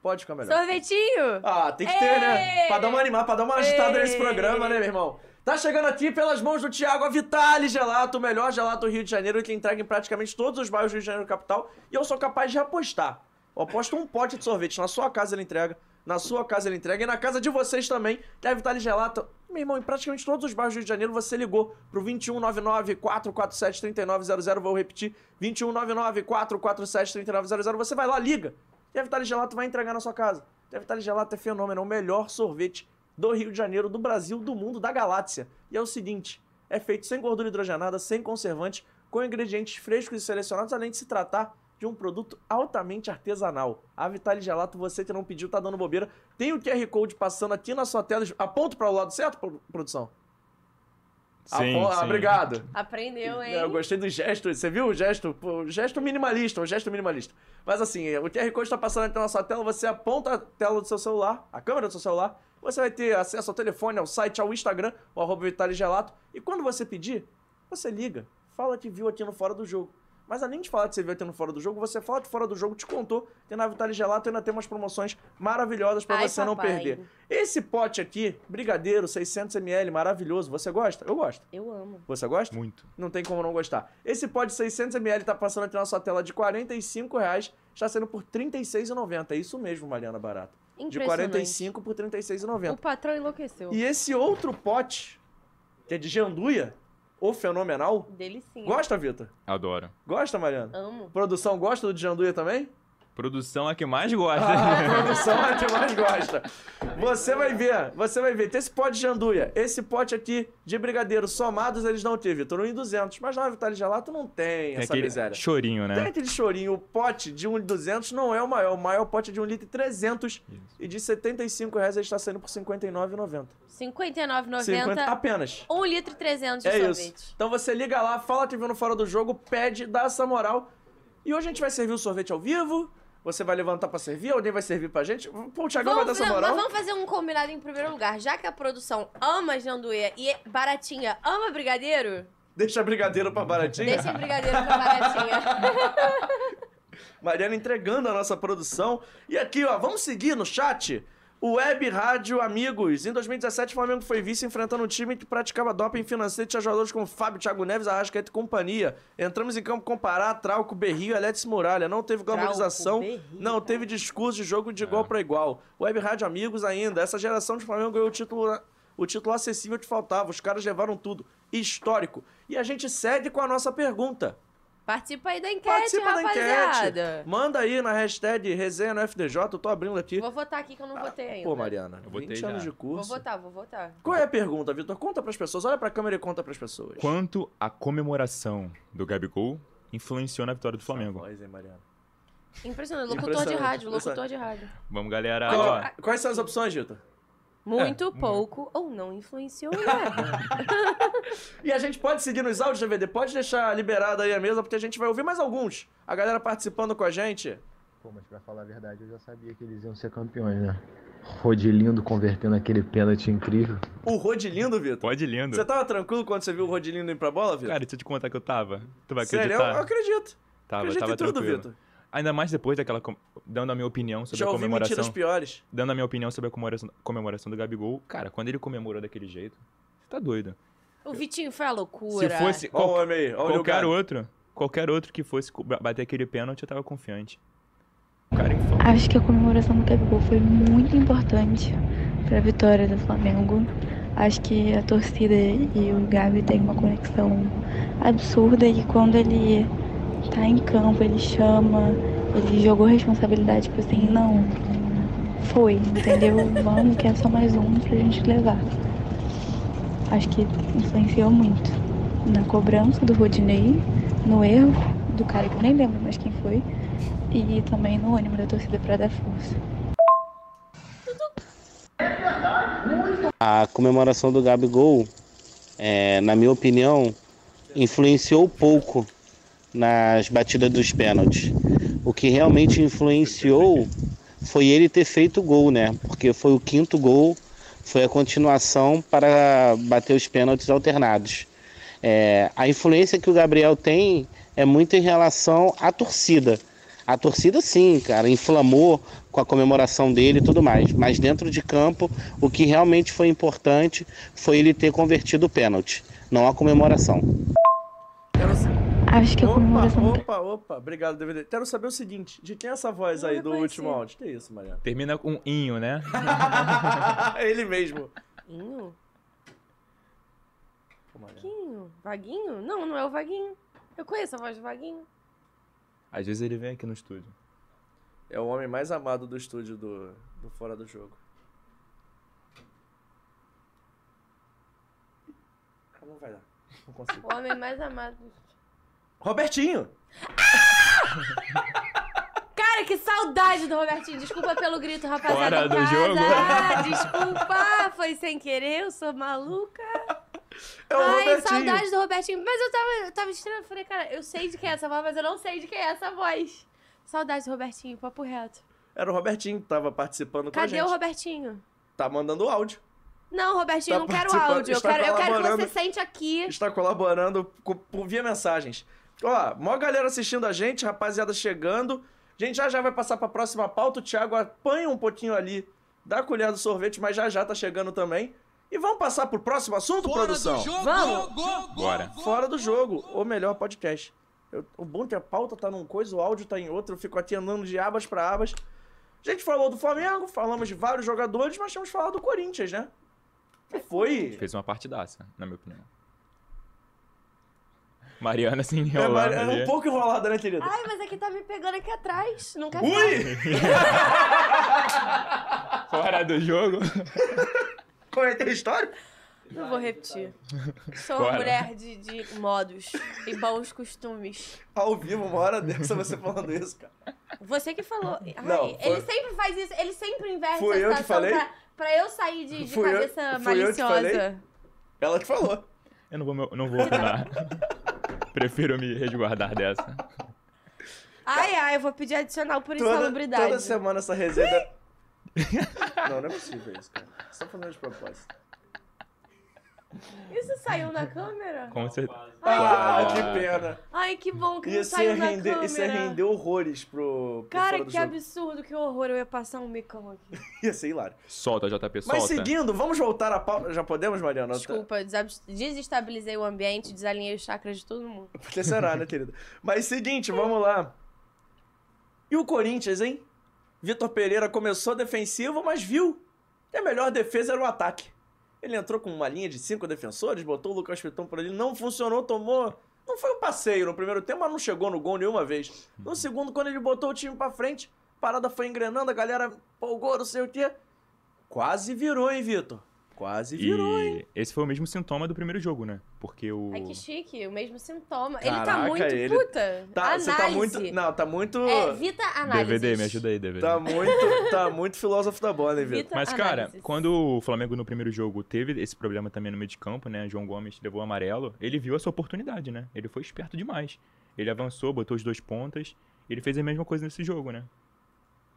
Pode ficar melhor. Sorvetinho! Ah, tem que ter, né? Ei! Pra dar uma animada, pra dar uma agitada Ei! nesse programa, né, meu irmão? Tá chegando aqui pelas mãos do Thiago a Vitale Gelato, o melhor gelato do Rio de Janeiro, que entrega em praticamente todos os bairros do Rio de Janeiro capital. E eu sou capaz de apostar. Eu aposto um pote de sorvete. Na sua casa ele entrega, na sua casa ele entrega e na casa de vocês também, que é a Vitale Gelato... Meu irmão, em praticamente todos os bairros do Rio de Janeiro, você ligou pro 2199-447-3900, vou repetir, 2199-447-3900, você vai lá, liga. Deve estar gelato, vai entregar na sua casa. Deve estar gelato é fenômeno, é o melhor sorvete do Rio de Janeiro, do Brasil, do mundo, da galáxia. E é o seguinte: é feito sem gordura hidrogenada, sem conservante, com ingredientes frescos e selecionados, além de se tratar de um produto altamente artesanal. A Vitale Gelato, você que não pediu, tá dando bobeira. Tem o QR Code passando aqui na sua tela. Aponta para o lado certo, pro- produção? Sim, Apo- sim. Ah, Obrigado. Aprendeu, hein? É, Eu gostei do gesto. Você viu o gesto? Pô, o gesto minimalista, o gesto minimalista. Mas assim, o QR Code está passando aqui na sua tela, você aponta a tela do seu celular, a câmera do seu celular, você vai ter acesso ao telefone, ao site, ao Instagram, o arroba Vitale Gelato. E quando você pedir, você liga, fala que viu aqui no Fora do Jogo. Mas além de falar que você viu aqui no Fora do Jogo, você fala que Fora do Jogo te contou que na Vitale Gelato ainda tem umas promoções maravilhosas para Ai, você não papai. perder. Esse pote aqui, brigadeiro, 600ml, maravilhoso. Você gosta? Eu gosto. Eu amo. Você gosta? Muito. Não tem como não gostar. Esse pod 600ml tá passando aqui na sua tela de R$ 45 reais, está sendo por R$ 36,90. É isso mesmo, Mariana Barata. De R$ Impressionante. 45 por R$ O 36,90. patrão enlouqueceu. E esse outro pote, que é de janduia, o fenomenal. Delicinha. Gosta, Vitor? Adoro. Gosta, Mariana? Amo. Produção gosta do de janduia também? Produção é que mais gosta. A produção é a que mais gosta. Você vai ver, você vai ver. Tem esse pote de janduia, esse pote aqui de brigadeiro, somados eles não têm, Vitor, 1,200. Mas na Vitale Gelato não tem, Tem essa É aquele miséria. chorinho, Tem né? aquele chorinho, o pote de 1,200 não é o maior. O maior pote é de 1,300 e de R$ 75 reais ele está saindo por R$ 59,90. 50 59,90. apenas. 1 litro e 300 de É sorvete. isso. Então você liga lá, fala que viu no Fora do Jogo, pede, dá essa moral. E hoje a gente vai servir o sorvete ao vivo. Você vai levantar pra servir, alguém vai servir pra gente. Pô, o Thiagão vai dar Vamos, essa não, moral. mas vamos fazer um combinado em primeiro lugar. Já que a produção ama janduia e é baratinha ama brigadeiro, Deixa brigadeiro pra baratinha. deixa brigadeiro pra baratinha. Mariana entregando a nossa produção. E aqui, ó, vamos seguir no chat. O Web Rádio Amigos. Em 2017, o Flamengo foi vice enfrentando um time que praticava doping financeiro. Tinha jogadores como Fábio, Thiago Neves, Arrascaeta e companhia. Entramos em campo com Pará, Trauco, Berrio e Alex Muralha. Não teve glamorização, Trauco, Berrio, não teve discurso de jogo de igual pra igual. Web Rádio Amigos ainda. Essa geração de Flamengo ganhou o título, o título acessível que faltava. Os caras levaram tudo. Histórico. E a gente segue com a nossa pergunta. Participa aí da enquete, Participa da rapaziada. enquete. Manda aí na hashtag resenha no FDJ, eu tô abrindo aqui. Vou votar aqui que eu não votei ainda. Pô, Mariana, Eu botei 20 já. anos de Vou curso. votar, vou votar. Qual é a pergunta, Vitor? Conta pras pessoas, olha pra câmera e conta pras pessoas. Quanto a comemoração do Gabigol influenciou na vitória do Flamengo? Voz, hein, Mariana? Impressionante. Locutor de Impressionante, rádio, locutor impressionante. de rádio. Vamos, galera. Qual- Ah, ó. Quais são as opções, Vitor? Muito pouco ou não influenciou nada. E a gente pode seguir nos áudios, DVD? Pode deixar liberado aí a mesa, porque a gente vai ouvir mais alguns. A galera participando com a gente. Pô, mas pra falar a verdade, eu já sabia que eles iam ser campeões, né? Rodilindo convertendo aquele pênalti incrível. O Rodilindo, Vitor. Pode lindo. Você tá- tava tranquilo quando você viu o Rodilindo indo pra bola, Vitor? Cara, deixa eu te contar que eu tava. Tu vai Sério, eu, acreditar? eu acredito. Tava, acredito tava em tudo, tranquilo. Vitor. Ainda mais depois daquela. com- Dando a minha opinião sobre Já a ouvi comemoração. mentiras piores. Dando a minha opinião sobre a comemoração, comemoração do Gabigol. Cara, quando ele comemorou daquele jeito, você tá doido. o Vitinho foi a Se loucura. fosse Olha qual- o homem aí, olha o qualquer cara. outro, qualquer outro que fosse co- bater aquele pênalti, eu tava confiante. O cara é infla- Acho que a comemoração do Gabigol foi muito importante para a vitória do Flamengo. Acho que a torcida e o Gabi têm uma conexão absurda e quando ele tá em campo, ele chama, ele jogou responsabilidade, tipo assim, não, foi, entendeu? Vamos, que é só mais um pra gente levar. acho que influenciou muito na cobrança do Rodinei, no erro do cara que eu nem lembro mais quem foi, e também no ânimo da torcida para dar força. A comemoração do Gabigol, é, na minha opinião, influenciou pouco nas batidas dos pênaltis. O que realmente influenciou foi ele ter feito o gol, né? Porque foi o quinto gol, foi a continuação para bater os pênaltis alternados. É, a influência que o Gabriel tem é muito em relação à torcida. A torcida, sim, cara, inflamou com a comemoração dele e tudo mais. Mas dentro de campo, o que realmente foi importante foi ele ter convertido o pênalti, não a comemoração. Acho que a comemoração. Opa, opa, opa. Obrigado, DVD. Quero saber o seguinte: de quem é essa voz aí do último áudio? Que isso, Mariana? Termina com inho, né? Ele mesmo. Inho? Vaguinho? Vaguinho? Não, não é o Vaguinho. Eu conheço a voz do Vaguinho. Às vezes ele vem aqui no estúdio. É o homem mais amado do estúdio do, do Fora do Jogo. Ah, Não vai dar. Não consigo. O homem mais amado. Robertinho! Cara, que saudade do Robertinho. Desculpa pelo grito, rapaziada. Fora em do casa. jogo. Ah, Desculpa, foi sem querer, eu sou maluca. É É o Ai, Robertinho. saudade do Robertinho. Mas eu tava, eu tava estranho, eu falei, cara, eu sei de quem é essa voz, mas eu não sei de quem é essa voz. Saudade do Robertinho, papo reto. Era o Robertinho que tava participando com a Cadê gente. o Robertinho? Tá mandando áudio. Não, Robertinho, Tá não quero participando, áudio. Eu está quero, eu quero que você colaborando. sente aqui. Está tá colaborando com- por via mensagens. Ó, maior galera assistindo a gente, rapaziada chegando. A gente já já vai passar pra próxima pauta. O Thiago apanha um pouquinho ali da colher do sorvete, mas já já tá chegando também. E vamos passar pro próximo assunto, produção? Vamos! Bora. Fora do jogo, ou melhor, podcast. Eu- o bom é que a pauta tá num coisa, o áudio tá em outro, eu fico aqui andando de abas pra abas. A gente falou do Flamengo, falamos de vários jogadores, mas temos falado do Corinthians, né? Que foi. Fez uma partidaça, na minha opinião. Mariana se É, enrolando Mari- é ali. um pouco enrolada, né, querida? Ai, mas aqui tá me pegando aqui atrás. Não quero Ui! Fora do jogo. Comentei história? Não vou repetir. Sou Bora. mulher de, de modos e bons costumes. Ao vivo, uma hora dessa, você falando isso, cara. Você que falou. Ai, Não, foi- Ele sempre faz isso, ele sempre inverte Foi a eu que situação falei? Pra, pra eu sair de, de Fui eu- cabeça fui eu que falei? maliciosa. Ela que falou. Eu não vou, me- não vou opinar. Prefiro me resguardar dessa. Ai, ai, eu vou pedir adicional por Toda, insalubridade. toda semana essa resenha. não, não é possível isso, cara. Você tá fazendo de propósito. Isso saiu na câmera? Com certeza. Ah, que pena. Ai, que bom que não Isso ia, saiu na render, câmera. isso ia render horrores pro, pro Cara, fora do que jogo. absurdo, que horror. Eu ia passar um micão aqui. Ia ser hilário. Solta, JP, solta. Mas seguindo, vamos voltar à pauta. Já podemos, Mariana? Desculpa, eu desab- desestabilizei o ambiente, desalinhei os chakras de todo mundo. Porque será, né, querida? Mas seguinte, vamos lá. E o Corinthians, hein? Vitor Pereira começou defensivo, mas viu que a melhor defesa era o ataque. Ele entrou com uma linha de cinco defensores, botou o Lucas Piton por ali, não funcionou, tomou. Não foi um passeio no primeiro tempo, mas não chegou no gol nenhuma vez. No segundo, quando ele botou o time pra frente, a parada foi engrenando, a galera empolgou, não sei o quê. Quase virou, hein, Vitor? Quase virou, hein? E esse foi o mesmo sintoma do primeiro jogo, né? Porque o. Ai, que chique, o mesmo sintoma. ele tá Caraca, muito ele- puta. Tá, análise. você tá muito. Não, tá muito. É, Vita Análise. DVD, me ajuda aí, DVD. Tá muito, tá muito filósofo da bola, hein, Vitor? Vita Mas, cara, análises. quando o Flamengo no primeiro jogo teve esse problema também no meio de campo, né? João Gomes levou o amarelo, ele viu essa oportunidade, né? Ele foi esperto demais. Ele avançou, botou os dois pontas. Ele fez a mesma coisa nesse jogo, né?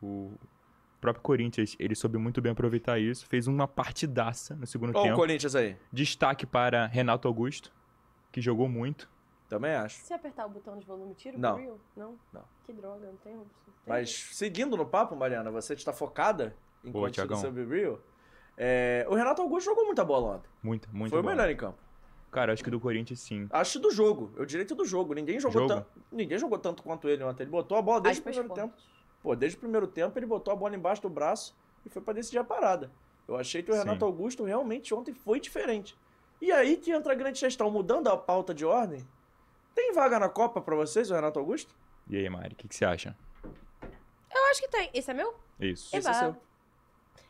O próprio Corinthians, ele soube muito bem aproveitar isso. Fez uma partidaça no segundo Ó o tempo. Corinthians aí. Destaque para Renato Augusto, que jogou muito. Também acho. Se apertar o botão de volume, tira o Não. Reel? Não? Não. Que droga, não tem opção. Tem Mas seguindo no papo, Mariana, você está focada em Boa, conteúdo Thiagão. sobre o Rio. É, o Renato Augusto jogou muita bola ontem. Muito, muito Foi o bom. melhor em campo. Cara, acho que do Corinthians, sim. Acho do jogo. Eu diria que do jogo. Ninguém jogou, Jogo? tan- Ninguém jogou tanto quanto ele ontem. Ele botou a bola desde Aspas, o primeiro pontos. tempo. Pô, desde o primeiro tempo ele botou a bola embaixo do braço e foi pra decidir a parada. Eu achei que o Sim. Renato Augusto realmente ontem foi diferente. E aí que entra a grande questão, mudando a pauta de ordem. Tem vaga na Copa pra vocês, o Renato Augusto? E aí, Mari, o que, que você acha? Eu acho que tem. Esse é meu? Isso. Eba.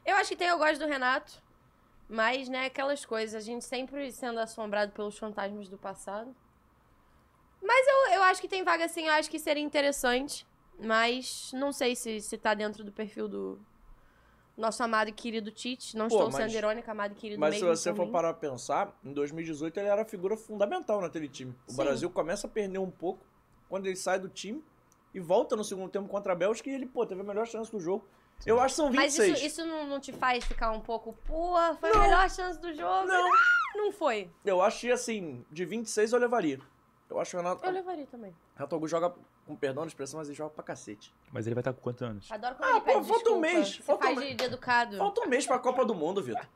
Eu acho que tem, eu gosto do Renato. Mas, né, aquelas coisas, a gente sempre sendo assombrado pelos fantasmas do passado. Mas eu, eu acho que tem vaga sim, eu acho que seria interessante. Mas não sei se, se tá dentro do perfil do nosso amado e querido Tite. Não Pô, estou mas- sendo irônica, amado e querido Mas se mesmo. você por for mim. parar pra pensar, em 2018 ele era a figura fundamental naquele time. O Sim. Brasil começa a perder um pouco quando ele sai do time e volta no segundo tempo contra a Bélgica e ele, pô, teve a melhor chance do jogo. Eu acho que são 26. Mas isso, isso não, não te faz ficar um pouco, pô, foi a melhor chance do jogo. Não, não foi. Eu acho que, assim, de 26 eu levaria. Eu acho que o Renato, Eu levaria também. Renato Augusto joga, com perdão da expressão, mas ele joga pra cacete. Mas ele vai estar com quantos anos? Tá Adoro quando ah, ele pede pô, falta um desculpa. mês, Você falta um faz mês. de, de educado. Falta um mês pra Copa do Mundo, Vitor.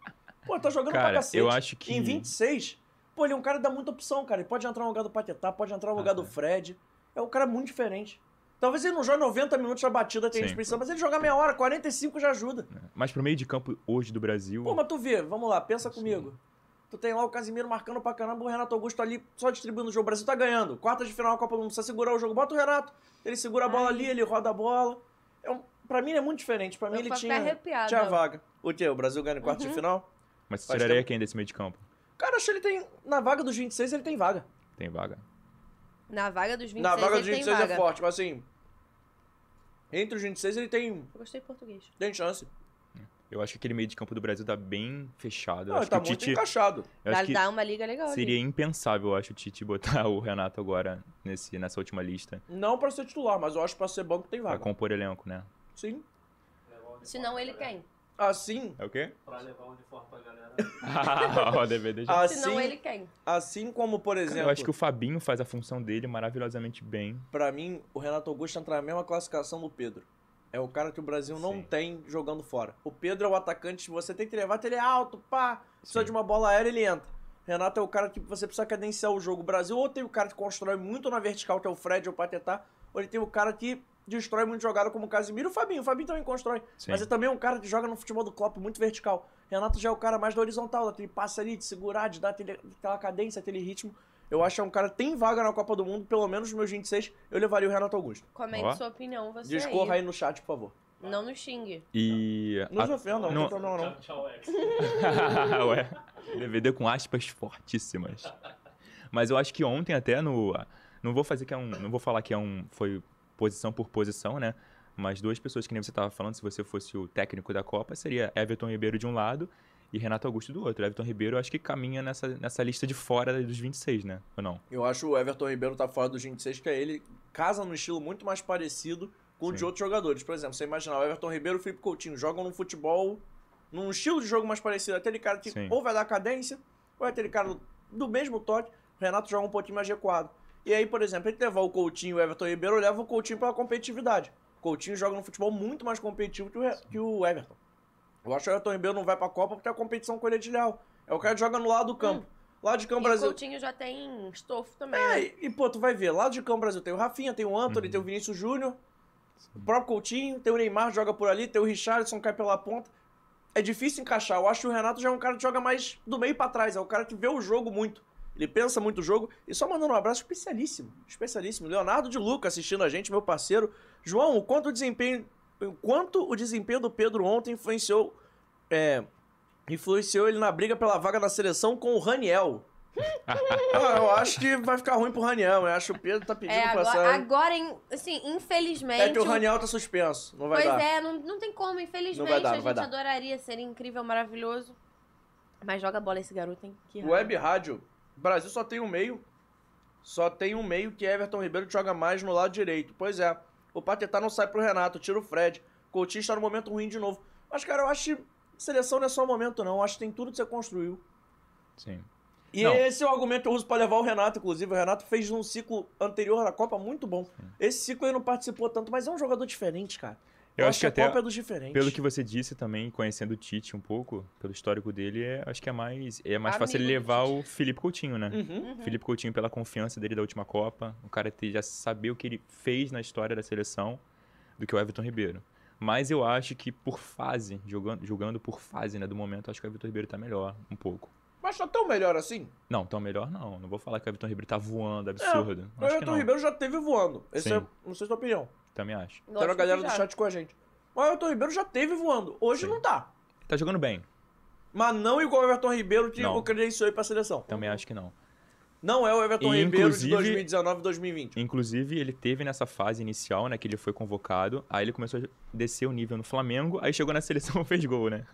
Pô, tá jogando pra Cara, cacete. eu acho que- Em 26, pô, ele é um cara que dá muita opção, cara. Ele pode entrar no lugar do Paquetá, pode entrar no lugar Ah, do Fred. É um cara muito diferente. Talvez ele não jogue 90 minutos a batida, tem Sim. gente pensando, mas ele jogar meia hora, 45 já ajuda. Mas pro meio de campo hoje do Brasil. Pô, mas tu vê, vamos lá, pensa comigo. Tu tem lá o Casimiro marcando pra caramba, o Renato Augusto ali só distribuindo o jogo. O Brasil tá ganhando. Quartas de final, Copa do Mundo, precisa segurar o jogo. Bota o Renato, ele segura a bola ali, ele roda a bola. É um, pra mim ele é muito diferente. Pra mim Eu ele fico até tinha, arrepiada. tinha vaga. O quê? O Brasil ganha em quarto de Uhum. final? Mas você Faz tiraria quem é desse meio de campo? Cara, acho que ele tem. Na vaga dos 26, ele tem vaga. Tem vaga. Na vaga dos 26 na vaga dos ele tem 26 vaga. é forte, mas assim. Entre os 26, ele tem. Eu gostei de português. Tem chance. Eu acho que aquele meio de campo do Brasil tá bem fechado. Eu Não, acho tá que o muito Tite, encaixado. Eu acho Dá, que dá uma liga legal ali. seria impensável, eu acho, o Tite botar o Renato agora nesse, nessa última lista. Não pra ser titular, mas eu acho que pra ser banco tem Pra vaga. compor elenco, né? Sim. Senão ele quem? Assim. É o quê? Pra levar o uniforme pra galera. Ó, DVD já. Assim, Senão ele quem? assim como, por Cara, exemplo. eu acho que o Fabinho faz a função dele maravilhosamente bem. Pra mim, o Renato Augusto entra na mesma classificação do Pedro. É o cara que o Brasil não tem jogando fora. O Pedro é o atacante, você tem que levar, ele é alto, pá, precisa de uma bola aérea, ele entra. Renato é o cara que você precisa cadenciar o jogo. O Brasil ou tem o cara que constrói muito na vertical, que é o Fred ou o Patetá, ou ele tem o cara que destrói muito jogada, como o Casimiro e o Fabinho. O Fabinho também constrói. Sim. Mas ele também é um cara que joga no futebol do Klopp muito vertical. Renato já é o cara mais da horizontal, daquele passe ali, de segurar, de dar aquele- aquela cadência, aquele ritmo. Eu acho que é um cara que tem vaga na Copa do Mundo, pelo menos nos meus 26, eu levaria o Renato Augusto. Comente sua opinião, você Discorra aí no chat, por favor. Não nos xingue. E. Não a- se ofenda, não, tem problema não. Ué, DVD com aspas fortíssimas. Mas eu acho que ontem até no não vou fazer que é um, não vou falar que é um foi posição por posição, né? Mas duas pessoas que nem você estava falando, se você fosse o técnico da Copa, seria Everton Ribeiro de um lado e Renato Augusto do outro. Everton Ribeiro eu acho que caminha nessa, nessa lista de fora dos 26, né? Ou não? Eu acho o Everton Ribeiro tá fora dos 26, que é ele casa num estilo muito mais parecido com o de outros jogadores. Por exemplo, você imaginar o Everton Ribeiro e o Felipe Coutinho jogam num futebol, num estilo de jogo mais parecido. Aquele cara que Sim. ou vai dar cadência, ou é aquele cara do- do mesmo toque. O Renato joga um pouquinho mais recuado. E aí, por exemplo, ele levar o Coutinho e o Everton Ribeiro, leva o Coutinho pela competitividade. O Coutinho joga num futebol muito mais competitivo que o, Re- que o Everton. Eu acho que o Everton Ribeiro não vai pra Copa porque a competição com ele é de leal. É o cara que joga no lado do campo. Lá de campo, o E Então, Brasil. o Coutinho já tem estofo também. É, né? e, e, pô, tu vai ver, lá de campo Brasil tem o Rafinha, tem o Anthony, tem o Vinícius Júnior, o próprio Coutinho, tem o Neymar, joga por ali, tem o Richardson, cai pela ponta. É difícil encaixar. Eu acho que o Renato já é um cara que joga mais do meio pra trás, é o cara que vê o jogo muito. Ele pensa muito o jogo. E só mandando um abraço especialíssimo, especialíssimo. Leonardo de Luca assistindo a gente, meu parceiro. João, o quanto o desempenho, o quanto o desempenho do Pedro ontem influenciou, é, influenciou ele na briga pela vaga da seleção com o Raniel. Ah, eu acho que vai ficar ruim pro Raniel. Eu acho que o Pedro tá pedindo É, agora, passagem. agora, em- assim, infelizmente. É que o o- Raniel tá suspenso. Não vai pois dar. é, não, não tem como, infelizmente. Não vai dar, a não vai gente dar. adoraria, seria incrível, maravilhoso. Mas joga bola esse garoto, hein? Que raiva. Web Rádio. Brasil só tem um meio. Só tem um meio que Everton Ribeiro joga mais no lado direito. Pois é. O Paquetá não sai pro Renato, tira o Fred. Coutinho está no momento ruim de novo. Mas, cara, eu acho que seleção não é só momento, não. Eu acho que tem tudo que você construiu. Sim. E Não. esse é o argumento que eu uso pra levar o Renato, inclusive. O Renato fez um ciclo anterior na Copa muito bom. Esse ciclo ele não participou tanto, mas é um jogador diferente, cara. Eu acho que a até Copa é dos diferentes. pelo que você disse também, conhecendo o Tite um pouco, pelo histórico dele, é- acho que é mais é mais fácil ele Amigo do levar o Felipe Coutinho, né? Uhum. Uhum. Felipe Coutinho pela confiança dele da última Copa, o cara ter- já saber o que ele fez na história da seleção do que o Everton Ribeiro. Mas eu acho que por fase, jogando, jogando por fase, né, do momento, acho que o Everton Ribeiro tá melhor um pouco. Mas tá tão melhor assim? Não, tão melhor não. Não vou falar que o Everton Ribeiro tá voando, É, o absurdo. acho que Everton não. Ribeiro já teve voando. Essa Sim. é, não sei a sua opinião. Também acho. Quero a galera do chat com a gente. Mas o Everton Ribeiro já teve voando. Hoje não tá. Tá jogando bem. Mas não igual o Everton Ribeiro que Não. o credenciou pra seleção. Também acho que não. Não é o Everton E, Ribeiro de inclusive- 2019 2020. Inclusive, ele teve nessa fase inicial, né, que ele foi convocado, aí ele começou a descer o nível no Flamengo, aí chegou na seleção e fez gol, né?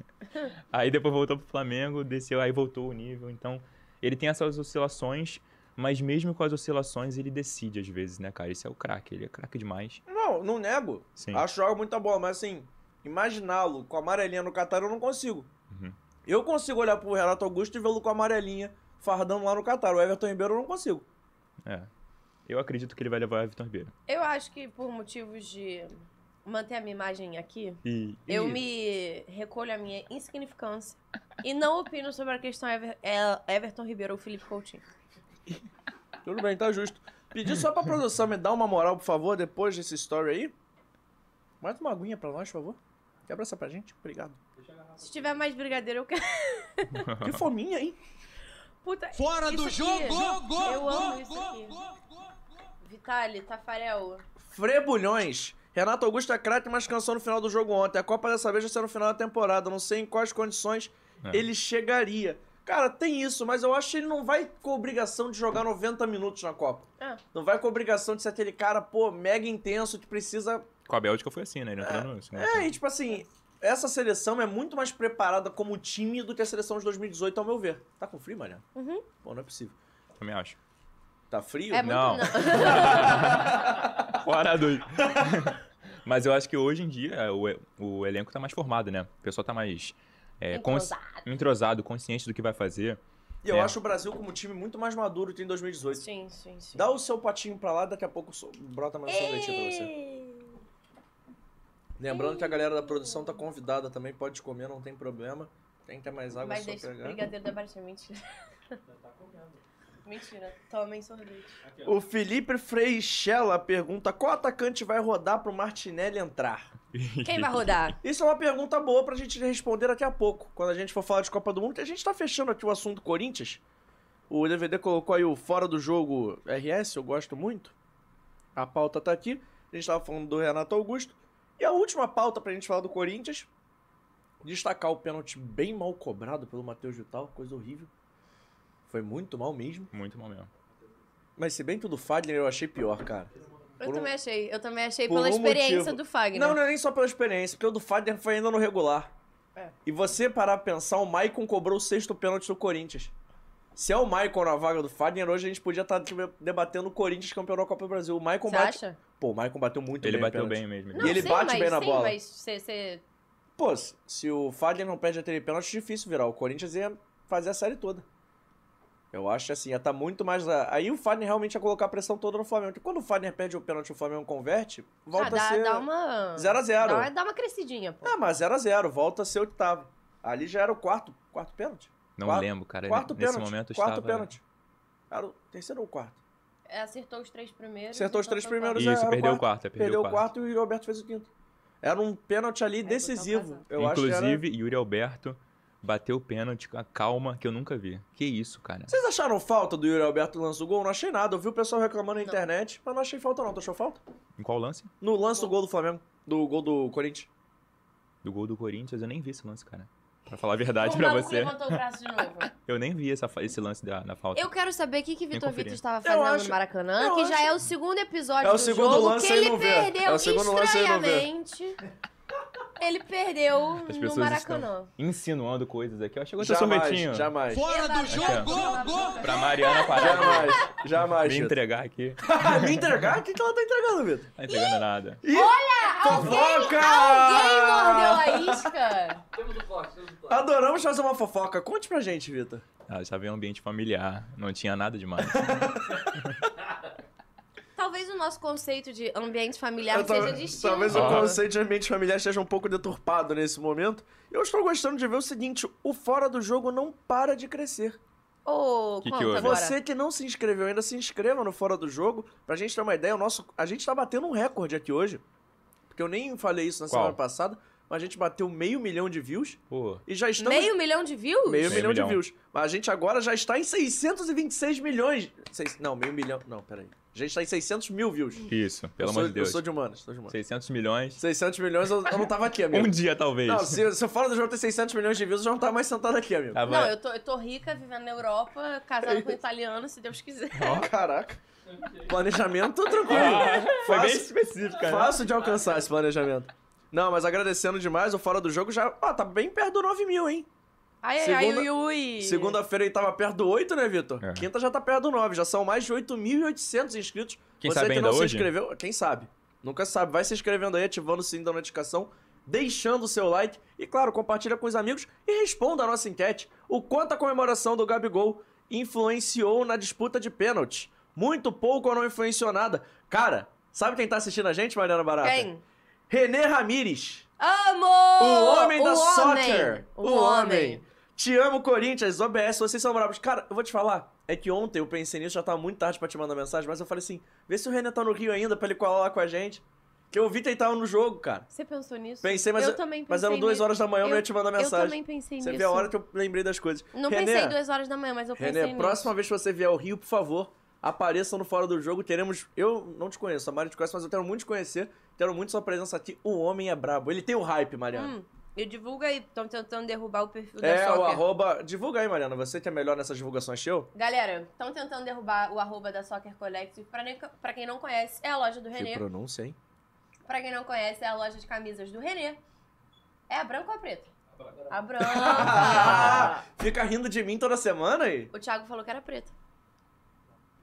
Aí depois voltou pro Flamengo, desceu, aí voltou o nível. Então, ele tem essas oscilações, mas mesmo com as oscilações, ele decide às vezes, né, cara? Esse é o craque, ele é craque demais. Não, não nego. Sim. Acho que joga muita bola, mas assim, imaginá-lo com a amarelinha no Catar eu não consigo. Uhum. Eu consigo olhar pro Renato Augusto e vê-lo com a amarelinha fardando lá no Catar. O Everton Ribeiro eu não consigo. É. Eu acredito que ele vai levar o Everton Ribeiro. Eu acho que por motivos de manter a minha imagem aqui, E, eu e- me recolho à minha insignificância e não opino sobre a questão Ever- é- Everton Ribeiro ou Felipe Coutinho. Tudo bem, tá justo. Pedi só pra produção me dar uma moral, por favor, depois desse story aí. Mais uma aguinha pra nós, por favor. Quebra essa pra gente. Obrigado. Se tiver mais brigadeiro, eu quero. Que fominha, hein? Puta, Fora isso do aqui, jogo! Eu Gol, amo gol, isso aqui. Vitali, Tafarel. Frebulhões. Renato Augusto é craque, mas cansou no final do jogo ontem. A Copa dessa vez vai ser no final da temporada. Não sei em quais condições É. ele chegaria. Cara, tem isso, mas eu acho que ele não vai com obrigação de jogar 90 minutos na Copa. É. Não vai com obrigação de ser aquele cara, pô, mega intenso, que precisa Com a Bélgica foi assim, né? Ele entrou no segundo é, e tipo assim, essa seleção é muito mais preparada como time do que a seleção de 2018, ao meu ver. Tá com frio, Mariana? Uhum. Pô, não é possível. Também acho. Tá frio? É muito Não. Fora do. Mas eu acho que hoje em dia é, o, e- o elenco tá mais formado, né? O pessoal tá mais. é, cons- Entrosado. entrosado, consciente do que vai fazer. E eu É. acho o Brasil como time muito mais maduro que em 2018. Sim, sim, sim. Dá o seu patinho pra lá, daqui a pouco so- brota mais um sorvetinho pra você. Lembrando que a galera da produção tá convidada também, pode comer, não tem problema. Tem que ter mais água, é Mas só deixa o pegar. brigadeiro da Barça. Mentira. Mentira. Tomem sorvete. O Felipe Freixella pergunta qual atacante vai rodar pro Martinelli entrar? Quem vai rodar? Isso é uma pergunta boa pra gente responder daqui a pouco, quando a gente for falar de Copa do Mundo, que a gente tá fechando aqui o assunto Corinthians. O DVD colocou aí o fora do jogo RS, eu gosto muito. A pauta tá aqui. A gente tava falando do Renato Augusto. E a última pauta pra gente falar do Corinthians, destacar o pênalti bem mal cobrado pelo Matheus Vital, coisa horrível. Foi muito mal mesmo. Muito mal mesmo. Mas se bem que o do Fagner eu achei pior, cara. Eu Por um- também achei. Eu também achei por pela um experiência motivo. do Fagner. Não, não é nem só pela experiência, porque o do Fagner foi ainda no regular. É. E você parar pra pensar, o Maicon cobrou o sexto pênalti do Corinthians. Se é o Maicon na vaga do Fagner, hoje a gente podia estar debatendo o Corinthians campeão da Copa do Brasil. O Maicon Você bate... acha? Pô, o Maicon bateu muito Ele bem. o bateu pênalti. bem mesmo, Não, e ele sim, bate mas, bem na sim, bola. Mas você, você- Pô, se- se o Fagner não perde aquele pênalti, é difícil virar. O Corinthians ia fazer a série toda. Eu acho que, assim, ia estar muito mais. a- Aí o Fagner realmente ia colocar a pressão toda no Flamengo. Porque quando o Fagner perde o pênalti e o Flamengo converte, volta Ah, dá, a ser. dá uma. 0 a 0. Dá, uma- dá uma crescidinha, pô. É, mas 0 a 0 volta a ser oitavo. Ali já era o quarto, quarto pênalti. Não Quarto- lembro, cara. Quarto Nesse pênalti. momento eu quarto estava- né? pênalti. Era o terceiro ou o quarto? É, Acertou os três primeiros. Acertou os então três tá primeiros. Isso, era perdeu o quarto. quarto, é, perdeu Perdeu o o quarto e o Roberto fez o quinto. Era um pênalti É, ali um. decisivo. Eu acho que era- Inclusive, Yuri Alberto bateu o pênalti com a calma que eu nunca vi. Que isso, cara. Vocês acharam falta do Yuri Alberto no lance do gol? Não achei nada. Eu vi o pessoal reclamando na internet, mas não achei falta não. Tu achou falta? Em qual lance? No lance do gol do Flamengo. Do gol do Corinthians. Do gol do Corinthians, eu nem vi esse lance, cara. Pra falar a bom. verdade O pra maluco você. levantou o braço de novo. Eu nem vi essa, fa- esse lance da, na falta. Eu quero saber o que, que Vem Vitor conferir. Vitor estava Eu fazendo acho- no Maracanã, eu que já acho- é o segundo episódio É o do segundo jogo lance que aí ele não vê. É o perdeu segundo lance aí não vê. estranhamente. Ele perdeu As no pessoas Maracanã. estão insinuando coisas aqui. Ó, chegou seu Jamais, sorvetinho. jamais. Fora do Aqui, jogo! Gol, ó. gol! Pra Mariana parar. Jamais, jamais. Me Chito. entregar aqui. Me entregar? O que, que ela tá entregando, Vitor? Não tá entregando nada. Olha! Fofoca! Alguém mordeu a isca! Adoramos fazer uma fofoca. Conte pra gente, Vitor. Ah, estava em um ambiente familiar. Não tinha nada demais. Talvez o nosso conceito de ambiente familiar Eu seja tava- distinto. Talvez o Ah. conceito de ambiente familiar esteja um pouco deturpado nesse momento. Eu estou gostando de ver o seguinte: o fora do jogo não para de crescer. Ô, Que que conta houve? agora. Você que não se inscreveu ainda, se inscreva no Fora do Jogo. Pra gente ter uma ideia, o nosso, a gente tá batendo um recorde aqui hoje. Porque eu nem falei isso na Qual? semana passada. mas a gente bateu meio milhão de views. E já estamos... Meio milhão de views? Meio, milhão, de views. Mas a gente agora já está em 626 milhões. Seis- Não, meio milhão. Não, peraí. A gente está em 600 mil views. Isso, Eu pelo sou- amor de Deus. Eu sou de humanas, sou de humanas. 600 milhões. 600 milhões, eu, eu não tava aqui, amigo. Um dia, talvez. Não, se, se eu fora do jogo ter 600 milhões de views, eu já não tava mais sentado aqui, amigo. Ah, Não, eu tô, eu tô rica, vivendo na Europa, casada com um italiano, se Deus quiser. Caraca. Planejamento tranquilo. Ah, foi bem específico, né? Fácil de alcançar esse planejamento. Não, mas agradecendo demais, o Fora do Jogo já... Ó, tá bem perto do 9 mil, hein? Ai, ai, ai, ui, ui. Segunda-feira ele tava perto do 8, né, Vitor? É. Quinta já tá perto do 9. Já são mais de 8.800 inscritos. Quem Você sabe que ainda não se hoje? inscreveu, quem sabe? Nunca sabe. Vai se inscrevendo aí, ativando o sininho da notificação, deixando o seu like e, claro, compartilha com os amigos e responda a nossa enquete. O quanto a comemoração do Gabigol influenciou na disputa de pênalti? Muito pouco ou não influenciou nada? Cara, sabe quem tá assistindo a gente, Mariana Barata? Quem? René Ramírez. Amo! O homem da O homem! soccer! O, homem. Te amo, Corinthians, OBS, vocês são bravos. Cara, eu vou te falar. É que ontem eu pensei nisso, já tava muito tarde pra te mandar mensagem, mas eu falei assim: vê se o Renan tá no Rio ainda pra ele colar lá com a gente. Que eu vi que ele tava no jogo, cara. Você pensou nisso? Pensei, mas, eu eu- também mas eram pensei duas nisso. horas da manhã, eu não ia te mandar mensagem. Eu também pensei nisso. Você vê a hora que eu lembrei das coisas. Não Renan, pensei duas horas da manhã, mas eu pensei René, nisso. próxima vez que você vier ao Rio, por favor, apareçam no Fora do Jogo. Teremos. Eu não te conheço, a Mari te conhece, mas eu quero muito te conhecer. Quero muito sua presença aqui. O homem é brabo. Ele tem o hype, Mariana. Hum, e divulga aí, estão tentando derrubar o perfil da É, o Soccer. arroba. Divulga aí, Mariana. Você que é melhor nessas divulgações que eu. Galera, estão tentando derrubar o arroba da Soccer Collective. Pra, nem- pra quem não conhece, é a loja do Renê. Que pronúncia, hein? Pra quem não conhece, é a loja de camisas do Renê. É a branca ou a preta? A branca. Fica rindo de mim toda semana aí? o Thiago falou que era preta.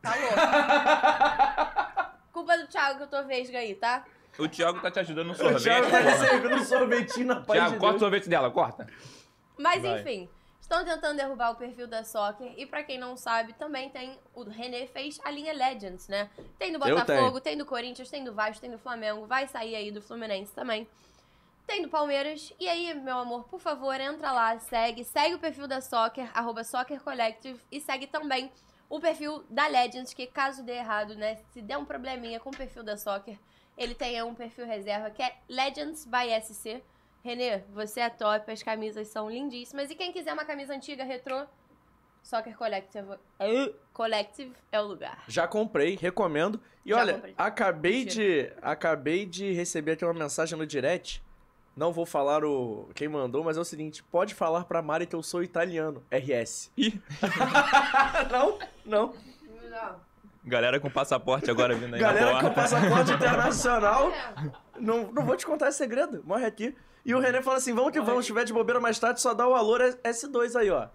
Tá louco. Culpa do Thiago que eu tô vesga aí, tá? O Thiago tá te ajudando no sorvete. Thiago tá porra. te servindo um sorvetinho na paz Thiago, de corta o Deus. sorvete dela, corta. Mas Vai. enfim, estão tentando derrubar o perfil da Soccer. E pra quem não sabe, também tem. O René fez a linha Legends, né? Tem do Eu tenho. Botafogo, tem do Corinthians, tem do Vasco, tem do Flamengo. Vai sair aí do Fluminense também. Tem do Palmeiras. E aí, meu amor, por favor, entra lá, segue. Segue o perfil da Soccer, arroba Soccer Collective. E segue também o perfil da Legends, que caso dê errado, né? Se der um probleminha com o perfil da Soccer, ele tem aí um perfil reserva que é Legends by SC. Renê, você é top, as camisas são lindíssimas. E quem quiser uma camisa antiga, retrô, Soccer Collective, Collective é o lugar. Já comprei, recomendo. E olha, comprei. acabei de acabei de receber aqui uma mensagem no direct. Não vou falar o quem mandou, mas é o seguinte, pode falar pra Mari que eu sou italiano. RS. não, não. Galera com passaporte agora vindo aí Galera na com porta. passaporte internacional. É. Não, não vou te contar esse segredo. Morre aqui. E o René fala assim: vamos que vamos, se tiver de bobeira mais tarde, só dá o valor S2 aí, ó.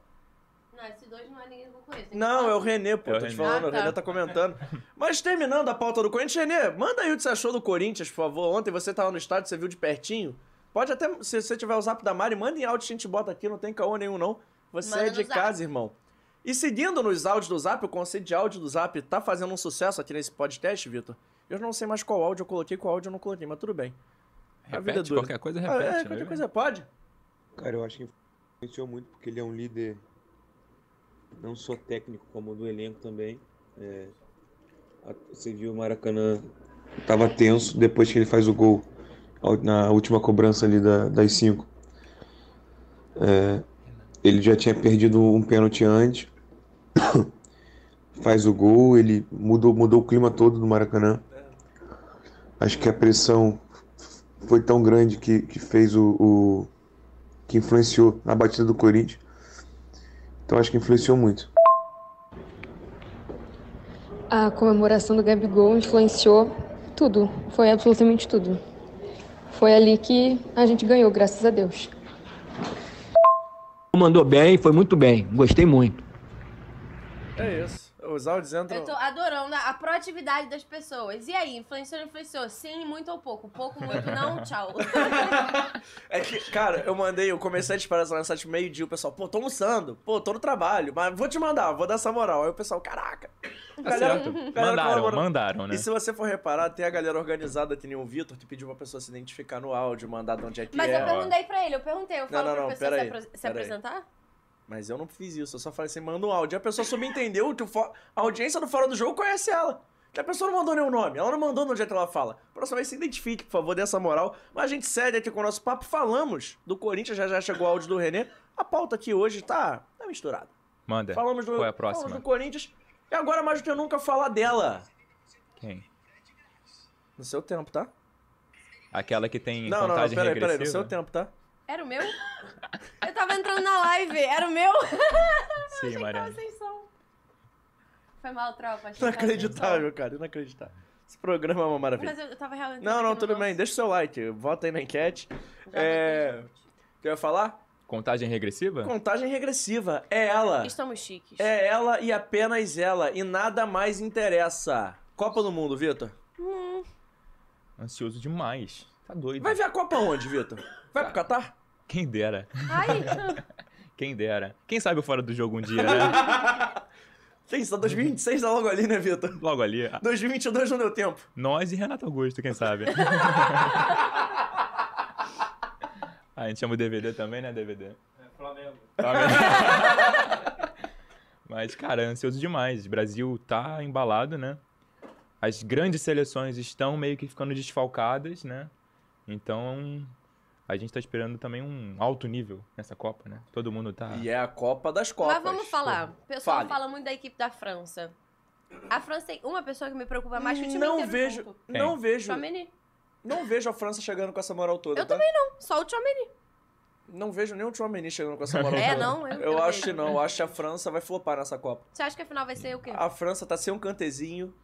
Não, esses dois não é ninguém que eu conheço. Não, é o René, pô. É o tô te René. falando, Ah, o René tá. tá comentando. Mas terminando a pauta do Corinthians, René, manda aí o que você achou do Corinthians, por favor. Ontem você tava no estádio, você viu de pertinho. Pode até, se você tiver o zap da Mari, manda em áudio, a gente bota aqui, não tem caô nenhum, não. Você Manda é no de zap. casa, irmão. E seguindo nos áudios do zap, o conceito de áudio do zap tá fazendo um sucesso aqui nesse podcast, Vitor. Eu não sei mais qual áudio eu coloquei, qual áudio eu não coloquei, mas tudo bem. A vida é Repete, dura. qualquer coisa Ah, repete. É, né? qualquer coisa pode. Cara, eu acho que influenciou muito porque ele é um líder não só técnico, como do elenco também. É, a- você viu o Maracanã tava tenso depois que ele faz o gol ao- na última cobrança ali da- das cinco. É, ele já tinha perdido um pênalti antes, faz o gol, ele mudou, mudou o clima todo do Maracanã. Acho que a pressão foi tão grande que, que fez o- o que influenciou na batida do Corinthians. Então acho que influenciou muito. A comemoração do Gabigol influenciou tudo, foi absolutamente tudo. Foi ali que a gente ganhou, graças a Deus. Mandou bem, foi muito bem. Gostei muito. É isso. Os áudios entram. Eu tô adorando a proatividade das pessoas. E aí, influenciou, não influenciou? Sim, muito ou pouco? Pouco, muito, não, tchau. É que, cara, eu mandei, eu comecei a disparar essa mensagem meio-dia, o pessoal, pô, tô almoçando, pô, tô no trabalho, mas vou te mandar, vou dar essa moral. Aí o pessoal, caraca. Tá certo. Mandaram, mandaram, né? E se você for reparar, tem a galera organizada que nem o Vitor, que pediu pra pessoa se identificar no áudio, mandar de onde é que Mas é. eu perguntei pra ele, eu perguntei, eu Não, falo não, pra não, pessoa pera se, aí, apro- se pera aí. apresentar? Mas eu não fiz isso, eu só falei assim, manda um áudio. E a pessoa subentendeu que o fo- a audiência do Fora do Jogo conhece ela. Que a pessoa não mandou nenhum nome, ela não mandou no jeito que ela fala. Próxima vez se identifique, por favor, dessa moral. Mas a gente cede aqui com o nosso papo. Falamos do Corinthians, já já chegou o áudio do René. A pauta aqui hoje tá, tá misturada. Manda. Falamos do, Qual é a falamos próxima? do Corinthians. E agora mais do que nunca falar dela. Quem? No seu tempo, tá? Aquela que tem Não, não, não, contagem peraí, peraí, no regressiva? né? seu tempo, tá? Era o meu? Eu tava entrando na live, era o meu? Sim, Mariana. Sem som. Foi mal, tropa. achei que tava sem Inacreditável, cara, inacreditável. Esse programa é uma som. Mas maravilha. eu eu tava realmente... Não, não, tudo bem, deixa o seu like, vota aí na enquete. É. Quer falar? Contagem regressiva? Contagem regressiva. É ela. Estamos chiques. É ela e apenas ela. E nada mais interessa. Copa do Mundo, Vitor. Hum, Ansioso demais. Tá doido. Vai ver a Copa onde, Vitor? Vai pro Catar? Quem dera. Ai, então, Quem dera. Quem sabe o fora do jogo um dia, né? Quem sabe 2026 tá logo ali, né, Vitor? Logo ali. 2022 não deu tempo. Nós e Renato Augusto, quem sabe? Ah, a gente chama o DVD também, né, DVD? É, Flamengo. Mas, cara, é ansioso demais. O Brasil tá embalado, né? As grandes seleções estão meio que ficando desfalcadas, né? Então, a gente tá esperando também um alto nível nessa Copa, né? Todo mundo tá... E é a Copa das Copas. mas vamos falar. O pessoal Fale. fala muito da equipe da França. A França tem uma pessoa que me preocupa mais que o time Não inteiro vejo- junto. não Quem? vejo. Tchouaméni. Não vejo a França chegando com essa moral toda. tá? Eu também não, só o Tchouameni. Não vejo nenhum Tchouameni chegando com essa moral É, toda. não, eu Eu não acho que vejo. não. Eu acho que a França vai flopar nessa Copa. Você acha que a final vai ser o quê? Ah. A França tá sem um cantezinho.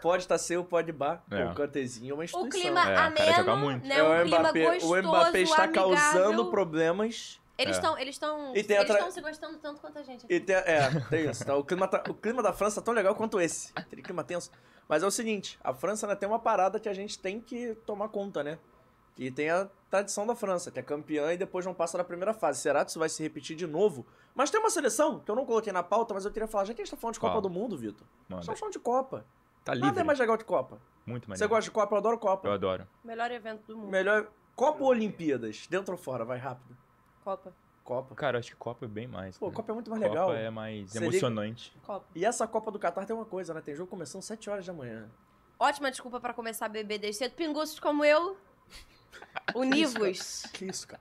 Pode tá sem, pode bar. É. O cantezinho é uma instituição. clima É, o cara joga ameno, muito. né, um o clima Mbappé, o gostoso, Mbappé está amigável. causando problemas. Eles estão, eles estão, é. E eles tem a tra- estão se gostando tanto quanto a gente. E tem, é, tem isso, tá? O clima, tá- o clima da França tá tão legal quanto esse. Aquele clima tenso. Mas é o seguinte, a França né, tem uma parada que a gente tem que tomar conta, né? Que tem a tradição da França, que é campeã e depois não passa na primeira fase. Será que isso vai se repetir de novo? Mas tem uma seleção que eu não coloquei na pauta, mas eu queria falar. Já que a gente tá falando de Copa Qual? do Mundo, Vitor. Manda. Só falando de Copa. Tá Nada livre. é mais legal de Copa. Muito Você maneiro. gosta de Copa? Eu adoro Copa. Eu adoro. Melhor evento do mundo. Melhor... Copa ou Olimpíadas? Dentro ou fora? Vai rápido. Copa. Copa. Cara, eu acho que Copa é bem mais. Pô, né? Copa é muito mais legal. Copa é mais Você liga- emocionante. Copa. E essa Copa do Catar tem uma coisa, né? Tem jogo começando 7 horas da manhã. Ótima desculpa pra começar a beber desde cedo. Pinguços como eu. O Nivus. Que isso, cara?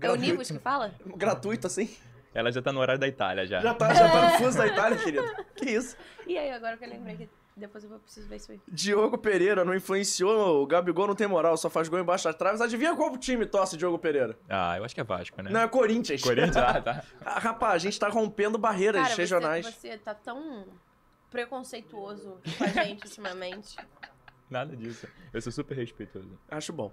É o Gratuito. Nivus que fala? Gratuito, assim? Ela já tá no horário da Itália, já. Já tá, já tá no fuso da Itália, querido. Que isso? E aí, agora que eu lembrei que depois eu vou preciso ver isso aí. Diogo Pereira não influenciou, o Gabigol não tem moral, só faz gol embaixo das traves. Adivinha qual time torce Diogo Pereira? Ah, eu acho que é Vasco, né? Não, é Corinthians. Corinthians, ah, tá. Ah, rapaz, a gente tá rompendo barreiras Cara, regionais. Você, você tá tão preconceituoso com a gente ultimamente. Nada disso. Eu sou super respeitoso. Acho bom.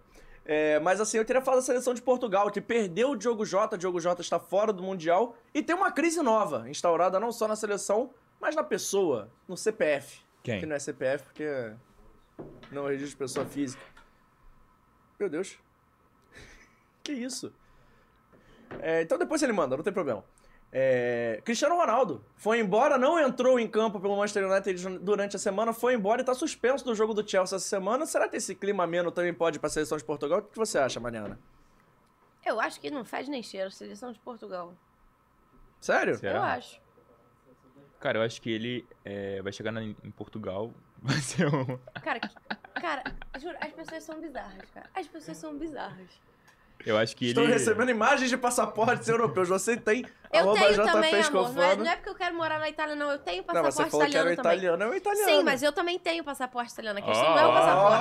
É, mas assim, eu queria falar da seleção de Portugal, que perdeu o Diogo Jota, o Diogo Jota está fora do Mundial, e tem uma crise nova, instaurada não só na seleção, mas na pessoa, no CPF. Quem? Que não é CPF, porque não é registro de pessoa física. Meu Deus. Que isso? É, então depois ele manda, não tem problema. É, Cristiano Ronaldo foi embora, não entrou em campo pelo Manchester United durante a semana, foi embora e tá suspenso do jogo do Chelsea essa semana. Será que esse clima ameno também pode ir pra seleção de Portugal? O que você acha, Mariana? Eu acho que não faz nem cheiro, seleção de Portugal. Sério? Eu acho. Cara, eu acho que ele é, vai chegar na- em Portugal. Vai ser um. Cara, que- cara, juro, as pessoas são bizarras, cara. As pessoas são bizarras. Eu acho que Estou ele. recebendo imagens de passaportes europeus. Você tem. Eu arroba tenho também, JPescofano. amor. Não é, não é porque eu quero morar na Itália, não. Eu tenho Não, mas você falou passaporte que italiano era também. italiano, é um italiano. Sim, mas eu também tenho passaporte italiano. A questão Oh. não é o Oh. passaporte.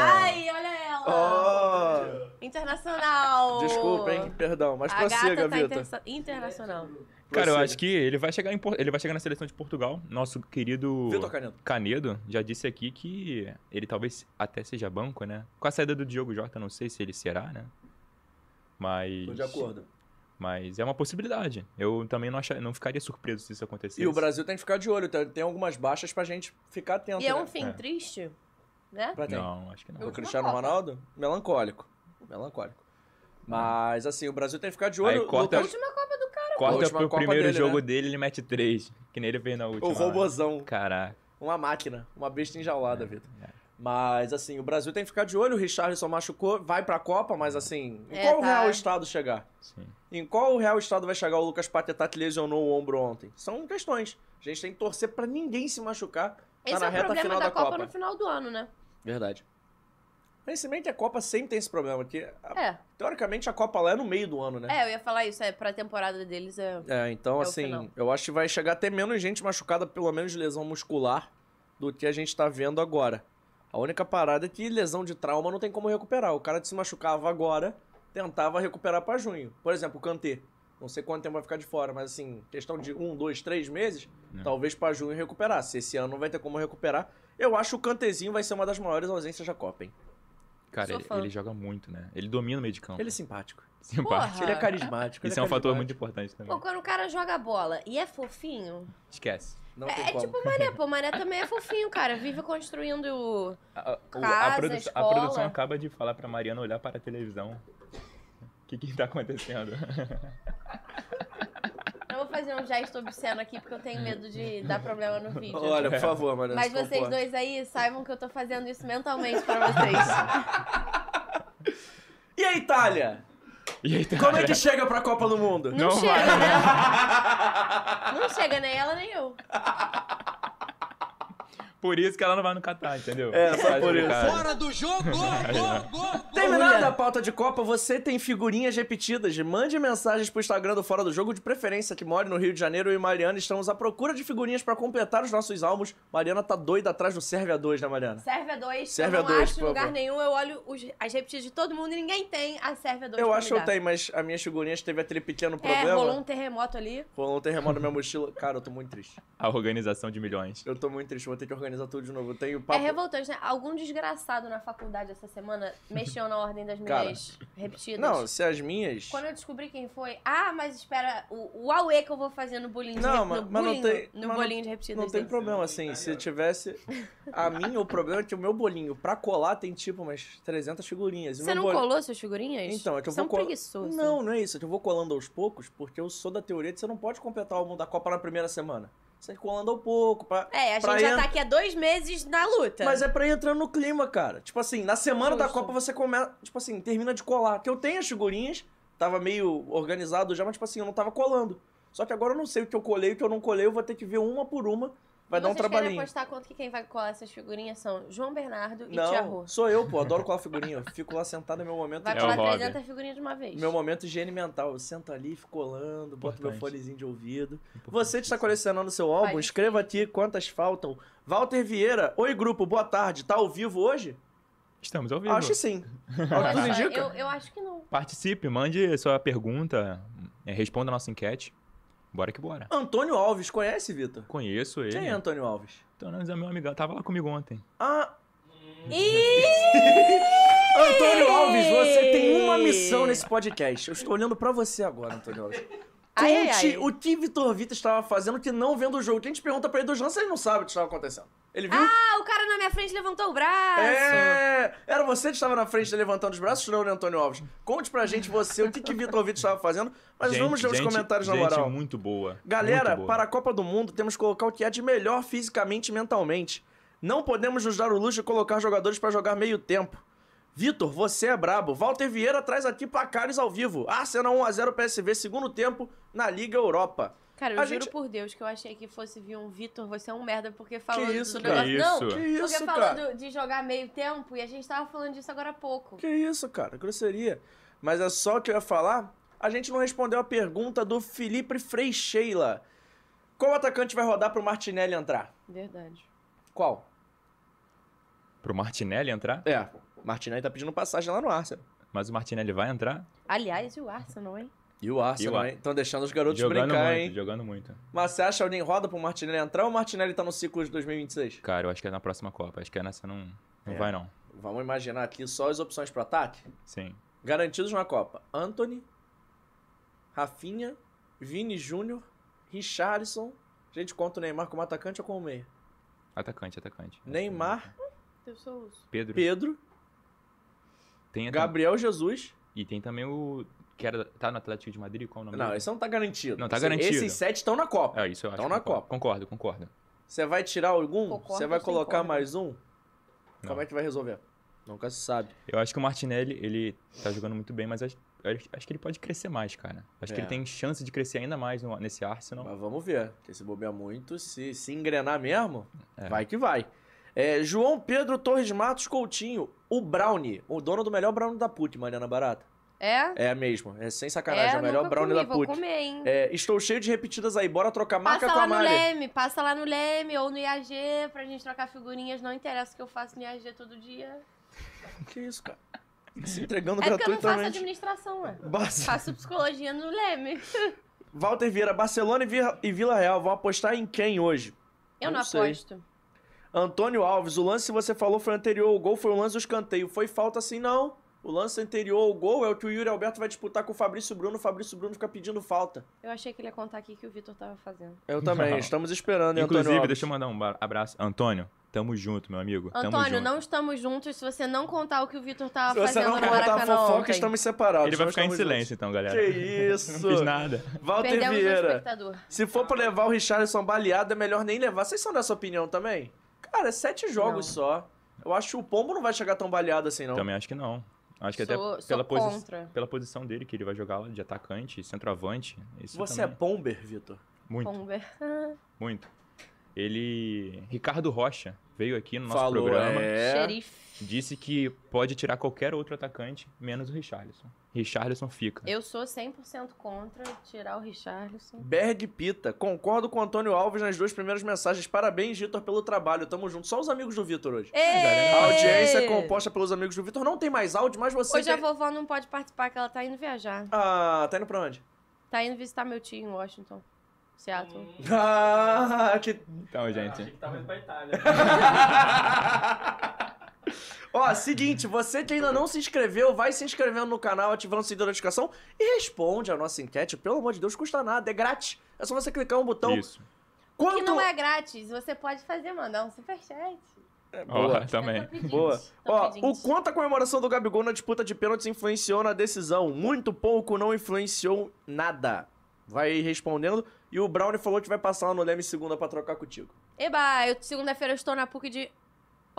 Ai, olha ela. Internacional. Oh! Desculpa, hein? Perdão, mas oh! a prossiga, gata tá Vitor. intersa- internacional. Cara, eu Prossiga. acho que ele vai chegar em Por- ele vai chegar na seleção de Portugal. Nosso querido Vitor Canedo. já disse aqui que ele talvez até seja banco, né? Com a saída do Diogo Jota, não sei se ele será, né? Mas Tô de acordo. Mas é uma possibilidade. Eu também não acha, não ficaria surpreso se isso acontecesse. E o Brasil tem que ficar de olho. Tem, tem algumas baixas pra gente ficar atento. E é um né? fim triste, né? Pra quem? Não, acho que não. O Cristiano Ronaldo? Melancólico. Melancólico. Mas, assim, o Brasil tem que ficar de olho. Aí corta- Lucas- Última Copa do cara. A Corta última pro Copa primeiro dele, jogo né? dele, ele mete três. Que nem ele fez na última. né? robozão. Caraca. Uma máquina, uma besta enjaulada, Vitor. Mas, assim, o Brasil tem que ficar de olho. O Richarlison machucou, vai pra Copa, mas, assim, em É, qual tá. real estado chegar? Sim. Em qual real estado vai chegar o Lucas Paquetá que lesionou o ombro ontem? São questões. A gente tem que torcer pra ninguém se machucar Tá Esse na é o reta problema final da, da Copa, Copa. no final do ano, né? Verdade. Mas se bem que a Copa sempre tem esse problema, que a- É. teoricamente a Copa lá Tá. é no meio do ano, né? É, eu ia falar isso, é pra temporada deles é. É, então, É o final. assim, eu acho que vai chegar até menos gente machucada, pelo menos de lesão muscular, do que a gente tá vendo agora. A única parada é que lesão de trauma não tem como recuperar. O cara que se machucava agora, tentava recuperar pra junho. Por exemplo, o Kanté. Não sei quanto tempo vai ficar de fora, mas assim, questão de um, dois, três meses, É. talvez pra junho recuperar. Se esse ano não vai ter como recuperar, eu acho que o Kantezinho vai ser uma das maiores ausências da Copa, hein? Cara, Sou ele, fã. ele joga muito, né? Ele domina o meio de campo. Ele é simpático. Simpático. Porra. Ele é carismático, ele Isso é é um fator carismático. muito importante também. Pô, quando o cara joga a bola e é fofinho. Esquece. Não é é tipo o Mané, pô, o Mané também é fofinho, cara. Vive construindo. A, o- a Casa, produ- a escola. produção acaba de falar pra Mariana olhar para a televisão. O que que tá acontecendo? Eu vou fazer um gesto obsceno aqui porque eu tenho medo de dar problema no vídeo. Olha, por favor, Mariana. Mas se comporta. vocês dois aí saibam que eu tô fazendo isso mentalmente pra vocês. E a Itália? Como é que chega pra Copa do Mundo? Não Não chega, vai. Não chega nem ela nem eu. Por isso que ela não vai no Catar, entendeu? É, só Tá por isso. explicado. Fora do jogo! Terminada a pauta de Copa, você tem figurinhas repetidas. Mande mensagens pro Instagram do Fora do Jogo, de preferência que mora no Rio de Janeiro. Eu e Mariana estamos à procura de figurinhas pra completar os nossos álbuns. Mariana tá doida atrás do Sérvia 2, né, Mariana? Sérvia 2, Sérvia eu não dois, acho em por lugar favor. nenhum. Eu olho os- as repetidas de todo mundo e ninguém tem a Sérvia 2 Eu pra acho que me eu dar. tenho, mas as minhas figurinhas teve aquele pequeno É, problema. rolou um terremoto ali. Rolou um terremoto na minha mochila. Cara, eu tô muito triste. A organização de milhões. Eu tô muito triste, vou ter que organizar tudo de novo. Eu tenho É papo. revoltante, né? Algum desgraçado na faculdade essa semana mexeu na ordem das Cara, mulheres repetidas. Não, se as minhas. Quando eu descobri quem foi, ah, mas espera, o, o auê que eu vou fazer no bolinho de Não, rep- mas, no mas bolinho, não tem. no mas bolinho não, de repetidas. Não tem né? problema, assim. Se tivesse. A minha, o problema é que o meu bolinho, pra colar, tem tipo umas 300 figurinhas. E Você meu não bol- colou né? suas figurinhas? Então, é que eu São vou colar. preguiçoso. Não, não é isso. É que eu vou colando aos poucos, porque eu sou da teoria de você não pode completar o mundo da Copa na primeira semana. Você tem que ir colando ao pouco. Pra, É, a gente pra já en- tá aqui há dois meses na luta. Mas é pra ir entrando no clima, cara. Tipo assim, na semana da Tá. Justo. Copa você começa. Tipo assim, termina de colar. Que eu tenho as figurinhas, tava meio organizado já, mas tipo assim, eu não tava colando. Só que agora eu não sei o que eu colei e o que eu não colei, eu vou ter que ver uma por uma. Vai dar um Vocês querem trabalhinho. apostar quanto que quem vai colar essas figurinhas são João Bernardo e Tia Não, Rô. sou eu, pô. Adoro colar figurinha. Eu fico lá sentado no meu momento. É Vai colar 300 figurinhas de uma vez. Meu momento higiene mental. Eu sento ali, fico colando, boto meu Importante. fonezinho de ouvido. Você que está colecionando seu álbum, escreva aqui quantas faltam. Walter Vieira, oi grupo, boa tarde. Tá ao vivo hoje? Estamos ao vivo. Acho que sim. Ao que Olha tudo só, indica. eu, eu acho que não. Participe, mande sua pergunta, é, responda a nossa enquete. Bora que bora. Antônio Alves, conhece, Vitor? Conheço ele. Quem é Antônio Alves? Antônio Alves é meu amigão, tava lá comigo ontem. Ah, Ih! Antônio Alves, você tem uma missão nesse podcast. Eu estou olhando pra você agora, Antônio Alves. Conte Ai, ai, ai. o que Vitor Vitor estava fazendo que não vendo o jogo. Quem te pergunta pra ele dos lances, ele não sabe o que estava acontecendo. Ele viu? Ah, o cara na minha frente levantou o braço. É, era você que estava na frente levantando os braços, não, né, Antônio Alves? Conte pra gente você o que, que Vitor Vitor estava fazendo, mas Gente, vamos ler os gente- comentários na gente moral. muito boa. Galera, muito boa. para a Copa do Mundo, temos que colocar o que há de melhor fisicamente e mentalmente. Não podemos nos dar o luxo de colocar jogadores pra jogar meio tempo. Vitor, você é brabo. Walter Vieira traz aqui placares ao vivo. Arsenal 1x0 PSV, segundo tempo, na Liga Europa. Cara, eu A juro gente- por Deus que eu achei que fosse vir um Vitor, você é um merda, porque falou Que isso, do cara? negócio. Não, Que porque isso, falou cara? do- de jogar meio tempo e a gente tava falando disso agora há pouco. Que isso, cara, grosseria. Mas é só o que eu ia falar. A gente não respondeu a pergunta do Felipe Freixeila. Qual atacante vai rodar pro Martinelli entrar? Verdade. Qual? Pro Martinelli entrar? É. Martinelli tá pedindo passagem lá no Arsenal. Mas o Martinelli vai entrar? Aliás, e o Arsenal, hein? E o E o Arsenal, Ar- hein? Estão deixando os garotos jogando brincar, muito, hein? jogando muito. Mas você acha que alguém roda pro Martinelli entrar ou o Martinelli tá no ciclo de 2026? Cara, eu acho que é na próxima Copa. Acho que é nessa não, não É. vai, não. Vamos imaginar aqui só as opções pro ataque? Sim. Garantidos na Copa. Anthony, Rafinha, Vini Júnior, Richarlison. A gente conta o Neymar como atacante ou como meia? Atacante, atacante. Né? Neymar, Eu sou uso. Pedro. Pedro. Tem até- Gabriel Jesus. E tem também o. Que era, tá no Atlético de Madrid? Qual o nome Não, dele? esse não tá garantido. Não, tá Esse- garantido. Esses sete estão na Copa. É isso, eu acho. Tão na concordo. Copa. Concordo, concordo. Você vai tirar algum? Concordo, Você vai sem colocar código. mais um? Como é que vai resolver? Nunca se sabe. Eu acho que o Martinelli, ele tá jogando muito bem, mas acho, acho- acho que ele pode crescer mais, cara. Acho que É. ele tem chance de crescer ainda mais no- nesse Arsenal. Mas vamos ver. Porque se bobear muito, se, se engrenar mesmo, Vai que vai. É, João Pedro Torres Matos Coutinho, o Brownie, o dono do melhor Brownie da PUC, Mariana Barata. É? É mesmo, é sem sacanagem, É, é o melhor nunca Brownie comi, da vou PUC. comer, hein? É, estou cheio de repetidas aí, bora trocar marca Passa com lá a no Mari. Leme, passa lá no Leme ou no IAG pra gente trocar figurinhas. Não interessa o que eu faço no IAG todo dia. Que isso, cara? Tá Se entregando é porque eu não faço gratuitamente. administração, ué. Basta. Faço psicologia no Leme. Walter Vieira, Barcelona e Vi- e Vila Real vão apostar em quem hoje? Eu não, sei. aposto. Antônio Alves, o lance que você falou foi anterior ao gol, foi o lance do escanteio. Foi falta assim, não. O lance anterior ao gol é o que o Yuri Alberto vai disputar com o Fabrício Bruno. O Fabrício Bruno fica pedindo falta. Eu achei que ele ia contar aqui que o Vitor tava fazendo. Eu também, Não. estamos esperando, hein, Inclusive, Antônio Alves. deixa eu mandar um ba- abraço. Antônio, tamo junto, meu amigo. tamo Antônio, junto. não estamos juntos se você não contar o que o Vitor tava Se você fazendo não no contar a Maracanã fofoca, ontem. estamos separados. Ele vai Nós ficar em estamos silêncio, juntos. então, galera. Que isso. Não fiz nada. Walter Perdemos um Vieira. espectador. Se for pra levar o Richarlison baleado, é melhor nem levar. Vocês são dessa opinião também? Cara, é sete jogos só. Eu acho que o Pombo não vai chegar tão baleado assim, não. Também acho que não. Acho que Sou- até sou pela, posi- contra. pela posição dele, que ele vai jogar lá de atacante, centroavante. Isso Você também. é Pomber, Vitor? Muito, Pomber. muito. Ele. Ricardo Rocha veio aqui no nosso Falou, programa. é. Xerife. Disse que pode tirar qualquer outro atacante, menos o Richarlison. Richarlison fica. Eu sou 100% contra tirar o Richarlison. Berg Pita, concordo com o Antônio Alves nas duas primeiras mensagens. Parabéns, Vitor, pelo trabalho. Tamo junto. Só os amigos do Vitor hoje. Ê! A audiência é composta pelos amigos do Vitor. Não tem mais áudio, mas você. Hoje a tem- vovó não pode participar, que ela tá indo viajar. Ah, tá indo pra onde? Tá indo visitar meu tio em Washington. Seattle. Ah, que. Então, gente. Tava indo pra Itália. Ó, seguinte, você que ainda não se inscreveu, vai se inscrevendo no canal, ativando o sininho da notificação e responde a nossa enquete. Pelo amor de Deus, custa nada, é grátis. É só você clicar um botão. Isso. Quanto... Que não é grátis, você pode fazer, mandar um superchat. Ó, Tá também. é Boa. Ó, o quanto a comemoração do Gabigol na disputa de pênaltis influenciou na decisão? Muito pouco, não influenciou nada. Vai respondendo. E o Brownie falou que vai passar lá no Leme segunda pra trocar contigo. Eba, eu segunda-feira eu estou na PUC de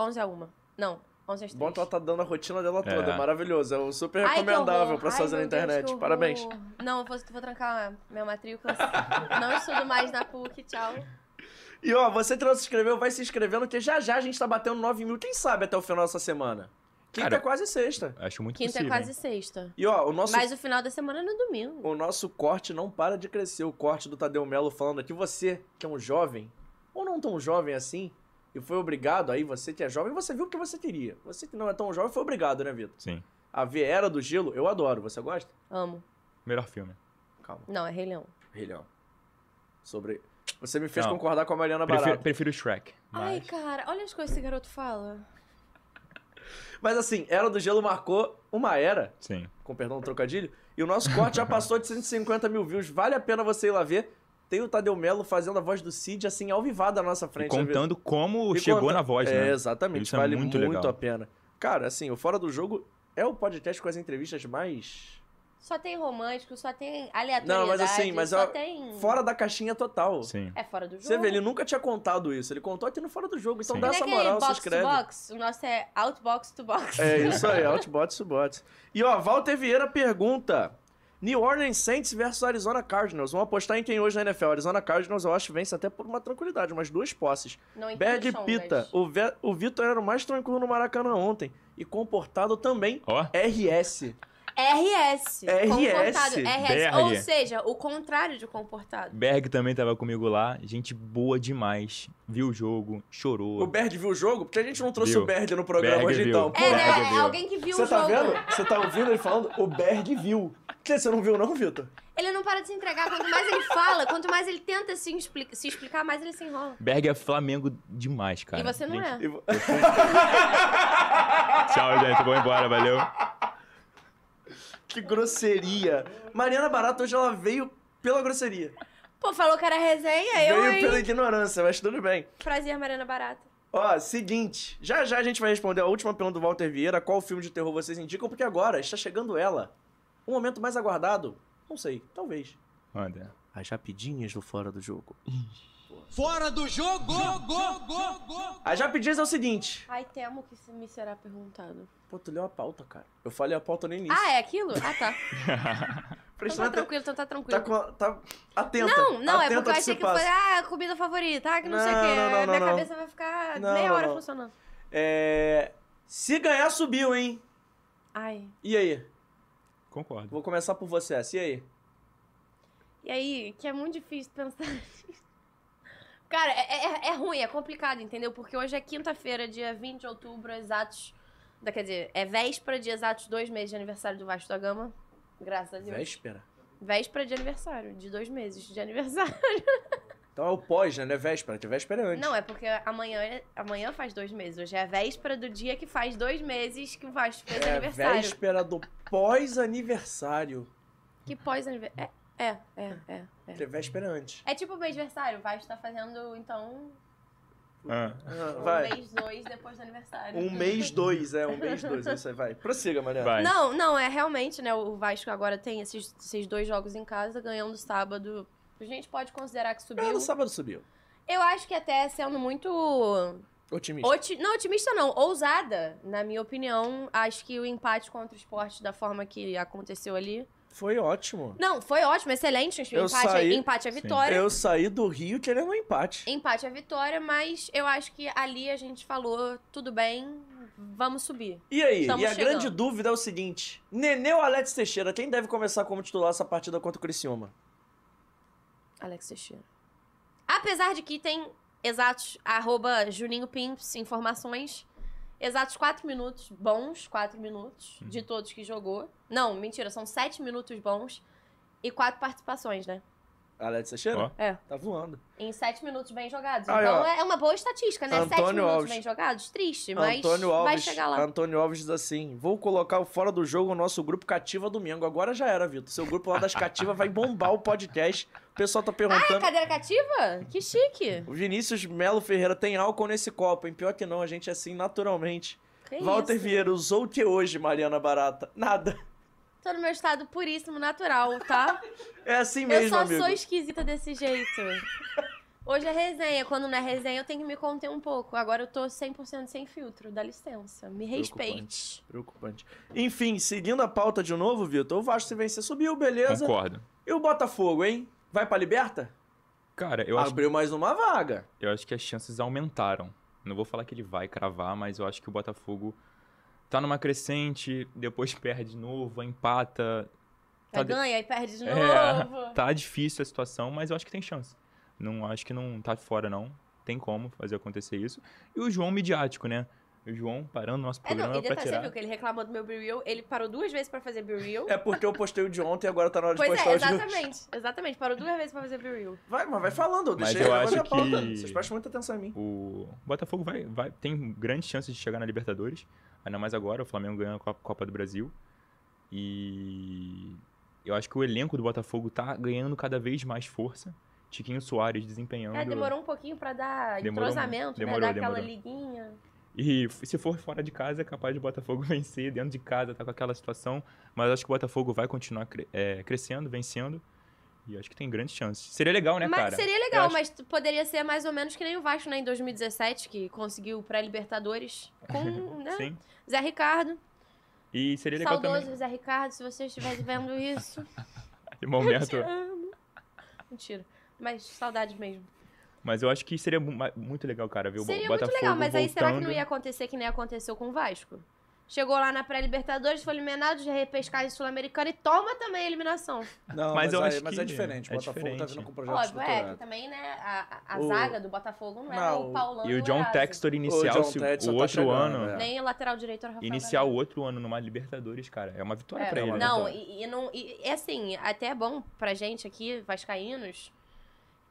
11 a 1. Não, 11 às 3. Bom que ela tá dando a rotina dela toda, É. é maravilhoso. É um super Ai, que recomendável horror. pra Ai, fazer na meu Deus, internet. que horror. Parabéns. Não, eu vou, vou trancar minha matrícula. não estudo mais na PUC, tchau. E ó, você que não se inscreveu, vai se inscrevendo, que já já a gente tá batendo 9 mil, quem sabe até o final dessa semana. Quinta Cara, é quase sexta. Acho muito Quinta é possível, quase hein? sexta. E ó, o nosso, Mas o final da semana é no domingo. o nosso corte não para de crescer. O corte do Tadeu Melo falando aqui, você que é um jovem, ou não tão jovem assim, e foi obrigado, aí você que é jovem, você viu o que você queria. Você que não é tão jovem, foi obrigado, né, Vitor? Sim. A ver Era do Gelo, eu adoro. Você gosta? Amo. Melhor filme. Calma, Não, é Rei Leão. Rei Leão. Sobre... Você me fez Não. concordar com a Mariana Prefiro, Barata. prefiro o Shrek. Ai, cara, olha as coisas que esse garoto fala. Mas assim, Era do Gelo marcou uma era. Sim. Com perdão do trocadilho. E o nosso corte já passou de 150 mil views. Vale a pena você ir lá ver. Tem o Tadeu Melo fazendo a voz do Cid, assim, alvivada na nossa frente. né, Vitor? contando como chegou na voz, É, né? Exatamente, Isso é vale muito, muito legal. a pena. Cara, assim, o Fora do Jogo é o podcast com as entrevistas mais... Só tem romântico, só tem aleatoriedade. Não, mas assim, mas só ó, tem... fora da caixinha total. Sim. É fora do jogo. Você vê, ele nunca tinha contado isso. Ele contou aqui no Fora do Jogo. Então Não dá é essa aquele moral, se box inscreve. to box, o nosso é outbox to box. É isso aí, outbots, subots. E ó, Walter Vieira pergunta: New Orleans Saints versus Arizona Cardinals. Vão apostar em quem hoje na NFL? Arizona Cardinals, eu acho, vence até por uma tranquilidade, umas duas posses. Não entendo um Bad chongas. Pita, o, Ve- o Vitor era o mais tranquilo no Maracanã ontem. E comportado também. RS. RS. RS. Comportado. RS. BR. Ou seja, o contrário de comportado. Berg também tava comigo lá. Gente boa demais. Viu o jogo, chorou. O Berg viu o jogo? Porque a gente não trouxe Viu. o Berg no programa Berg hoje, viu. então. É, né? É, viu. alguém que viu Você o tá jogo. vendo? Você tá ouvindo ele falando? O Berg viu. Que Você não viu, não, Vitor? Ele não para de se entregar. Quanto mais ele fala, quanto mais ele tenta se, explica- se explicar, mais ele se enrola. Berg é Flamengo demais, cara. e você não é. Tchau, gente. Vou embora, valeu. Que grosseria. Mariana Barata hoje ela veio pela grosseria. Pô, falou que era resenha, eu, veio hein? pela ignorância, mas tudo bem. Prazer, Mariana Barata. Ó, seguinte, já já a gente vai responder a última pergunta do Walter Vieira, qual filme de terror vocês indicam, porque agora está chegando ela. Um momento mais aguardado, não sei, talvez. Manda. As rapidinhas do Fora do Jogo. Fora do jogo! As rapidinhas é o seguinte, Ai, temo que isso me será perguntado. pô, tu leu a pauta, cara. Eu falei a pauta no início. Ah, é aquilo? Ah, tá. Então Prestando tá atenção. tranquilo, então tá tranquilo. Tá, com a- tá atenta. Não, não, é atenta porque eu ao achei se que foi, passa. ah, comida favorita, ah, que não, sei o Não, quê. não, não, Minha não, não. cabeça vai ficar, tá Não, meia não, hora não. funcionando. É... Se ganhar, subiu, hein? Ai. E aí? Concordo. Vou começar por você, essa. E aí? E aí, que é muito difícil pensar nisso. Cara, é, é- é ruim, é complicado, entendeu? Porque hoje é quinta-feira, dia 20 de outubro, exatos. da- Quer dizer, é véspera de exatos dois meses de aniversário do Vasco da Gama. Graças a Deus. Véspera. Véspera de aniversário, de dois meses de aniversário. Então é o pós, né? Não é véspera, que é véspera é antes. Não, é porque amanhã, amanhã faz dois meses. Hoje é a véspera do dia que faz dois meses que o Vasco fez É aniversário. véspera do pós-aniversário. Que pós-aniversário. É, é, é, é. Que é véspera antes. É tipo o meu aniversário, o Vasco tá fazendo, então, Ah, um vai. mês, dois depois do aniversário. Um mês, dois, é, um mês, dois. é Isso aí, vai. Prossiga, Mariana. Não, não, é realmente, né? O Vasco agora tem esses, esses dois jogos em casa, ganhando sábado. A gente pode considerar que subiu. Ah, no sábado subiu. Eu acho que até sendo muito. Otimista. Oti... Não, otimista não, ousada, na minha opinião. Acho que o empate contra o esporte, da forma que aconteceu ali. Foi ótimo. Não, foi ótimo, excelente. Acho que Eu empate, saí... empate é Sim. vitória. Eu saí do Rio querendo um empate. Empate é vitória, mas eu acho que ali a gente falou, tudo bem, vamos subir. E aí? Estamos e a chegando. grande dúvida é o seguinte: Nenê ou Alex Teixeira, quem deve começar como titular essa partida contra o Criciúma? Alex Teixeira. Apesar de que tem exatos, arroba Juninho Pimps, informações, exatos 4 minutos, bons 4 minutos, Uhum. de todos que jogou. Não, mentira, são 7 minutos bons e 4 participações, né? Alex Teixeira? É. Tá voando. Em 7 minutos bem jogados. Aí, então ó. é uma boa estatística, né? 7 Antônio minutos Alves. bem jogados, triste, mas Antônio vai Alves, chegar lá. Antônio Alves diz assim: vou colocar o fora do jogo o nosso grupo cativa domingo. Agora já era, Vitor. Seu grupo lá das cativas vai bombar o podcast. O pessoal tá Ah, é perguntando. cadeira cativa? Que chique. o Vinícius Melo Ferreira tem álcool nesse copo, hein? Pior que não, a gente é assim naturalmente. Que Walter isso? Vieira, usou o que hoje, Mariana Barata? Nada. Tô no meu estado puríssimo, natural, tá? É assim eu mesmo, só amigo. sou esquisita desse jeito. Hoje é resenha. Quando não é resenha, eu tenho que me conter um pouco. Agora eu tô 100% sem filtro. Dá licença. Me respeite. Preocupante. Preocupante. Enfim, seguindo a pauta de novo, Vitor, o Vasco se vencer subiu, beleza? Concordo. E o Botafogo, hein? Vai pra Liberta? Cara, eu acho, Abriu mais uma vaga. eu acho que as chances aumentaram. Não vou falar que ele vai cravar, mas eu acho que o Botafogo tá numa crescente, depois perde de novo, empata. Aí de- Tá ganha, aí perde de É, novo. tá difícil a situação, mas eu acho que tem chance. Não acho que não tá fora, não. Tem como fazer acontecer isso. E o João midiático, né? O João parando nosso É, programa não, e pra detalhe, você tirar. viu que ele reclamou do meu Be-Real, ele parou duas vezes pra fazer Be-Real. É porque eu postei o de ontem e agora tá na hora de pois postar é, o de hoje. exatamente, exatamente, parou duas vezes pra fazer Be-Real. Vai, mas vai falando, eu Mas deixei eu agora acho a pauta. que- Vocês prestam muita atenção em mim. O Botafogo vai, vai- tem grandes chances de chegar na Libertadores, ainda mais agora, o Flamengo ganhou a Copa- Copa do Brasil. E eu acho que o elenco do Botafogo tá ganhando cada vez mais força. Tiquinho Soares desempenhando. É, demorou um pouquinho pra dar Demorou, entrosamento, demorou, né, dar aquela demorou. liguinha. E f- se for fora de casa, é capaz de o Botafogo vencer. Dentro de casa, tá com aquela situação. Mas acho que o Botafogo vai continuar cre- é, crescendo, vencendo. E acho que tem grandes chances. Seria legal, né, Mas cara? seria Eu legal, acho- mas poderia ser mais ou menos que nem o Vasco, né, em 2017, que conseguiu o pré-Libertadores com, né, Sim. Zé Ricardo. E seria legal Saudoso é também. Zé Ricardo, se você estiver vendo isso. De Eu te momento. amo. Mentira. Mas saudades mesmo. Mas eu acho que seria mu- ma- muito legal, cara, ver o Bo- Seria Botafogo muito legal, mas aí será que não voltando. ia acontecer que nem aconteceu com o Vasco? Chegou lá na pré-Libertadores, foi eliminado de repescagem sul-americana e toma também a eliminação. Não, Mas mas, eu aí- acho mas que é diferente. O é Botafogo tá diferente. vindo com um projeto Óbvio, é, que estruturado. também, né, a, a- a O- zaga do Botafogo não era Não, o Paulão. E o não John era. Textor iniciar John o, se- Textor o tá outro chegando, ano. é. Nem lateral direito era o Rafael Iniciar o outro ano numa Libertadores, cara, é uma vitória É, pra ele. Não, e, e não, e e, assim, até é bom pra gente aqui, vascaínos,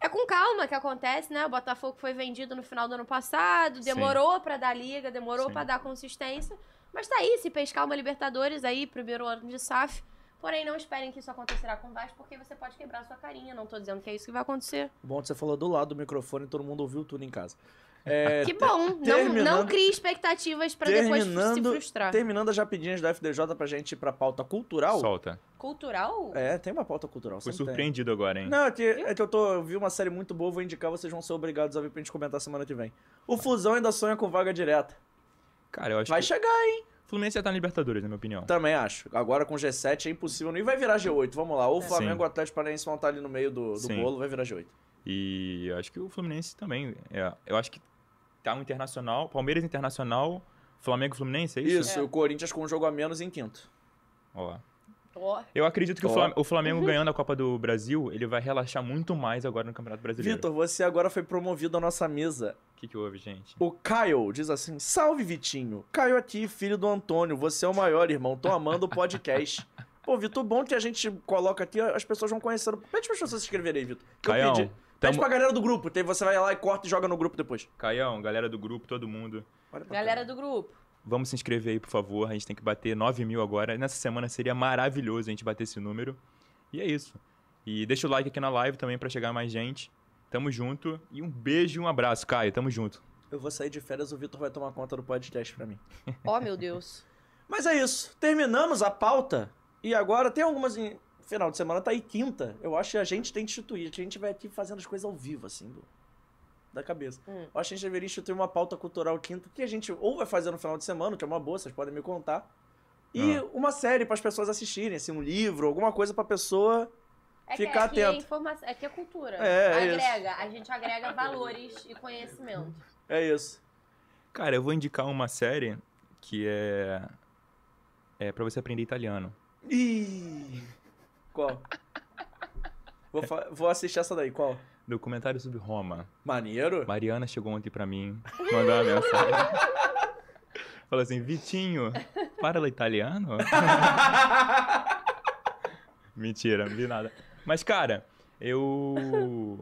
é com calma que acontece, né? O Botafogo foi vendido no final do ano passado, Sim. demorou pra dar liga, demorou Sim. pra dar consistência, mas tá aí, se pescar uma Libertadores aí, primeiro ano de SAF, porém não esperem que isso acontecerá com o Vasco, porque você pode quebrar sua carinha, não tô dizendo que é isso que vai acontecer. Bom que você falou do lado do microfone e todo mundo ouviu tudo em casa. É, Que bom, não, não terminando- crie expectativas pra depois se terminando, frustrar. terminando as rapidinhas do FDJ pra gente ir pra pauta cultural. Solta. Cultural? É, tem uma pauta cultural. Fui sempre tem. surpreendido agora, hein? Não, é que, é que eu, tô, eu vi uma série muito boa, vou indicar, vocês vão ser obrigados a ver pra gente comentar semana que vem. O Fusão ainda sonha com vaga direta. Cara, eu acho Vai que... chegar, hein? O Fluminense já tá na Libertadores, na minha opinião. Também acho. Agora com G7 é impossível. E vai virar G8, vamos lá. Ou o Sim. Flamengo ou o Atlético Paranaense vão estar ali no meio do, do Sim. bolo, vai virar G8. E eu acho que o Fluminense também. é, eu acho que Tá um Internacional, Palmeiras Internacional, Flamengo e Fluminense, é isso? Isso, o Corinthians com um jogo a menos em quinto. Ó. Ó. Eu acredito que o Ó. Flam- o Flamengo Uhum. ganhando a Copa do Brasil, ele vai relaxar muito mais agora no Campeonato Brasileiro. Vitor, você agora foi promovido à nossa mesa. O que, que houve, gente? O Caio diz assim: Salve Vitinho, Caio aqui, filho do Antônio, você é o maior, irmão, tô amando o podcast. Pô, Vitor, bom que a gente coloca aqui, as pessoas vão conhecendo. Pede para as pessoas se inscreverem aí, Vitor. Que eu Caião, pedi. Pede tamo- pra galera do grupo, tem- você vai lá e corta e joga no grupo depois. Caião, galera do grupo, todo mundo. Galera do grupo. Vamos se inscrever aí, por favor. A gente tem que bater 9 mil agora. Nessa semana seria maravilhoso a gente bater esse número. E é isso. E deixa o like aqui na live também pra chegar mais gente. Tamo junto. E um beijo e um abraço, Caio. Tamo junto. Eu vou sair de férias, o Vitor vai tomar conta do podcast pra mim. Ó, meu Deus. Mas é isso. Terminamos a pauta. E agora tem algumas. em- Final de semana tá aí quinta. Eu acho que a gente tem que instituir. A gente vai aqui fazendo as coisas ao vivo, assim, do- da cabeça. Eu acho que a gente deveria instituir uma pauta cultural quinta que a gente ou vai fazer no final de semana, que é uma boa, vocês podem me contar. E uma série para as pessoas assistirem, assim, um livro, alguma coisa pra pessoa É que ficar aqui é atento. informação, aqui é cultura. É, é isso. agrega, a gente agrega valores e conhecimento. É isso. Cara, eu vou indicar uma série que é. É pra você aprender italiano. Ih! Qual? vou, fa- vou assistir essa daí, qual? Documentário sobre Roma. Maneiro? Mariana chegou ontem pra mim, mandou uma mensagem. Falou assim: Vitinho, para italiano? Mentira, não vi nada. Mas, cara, eu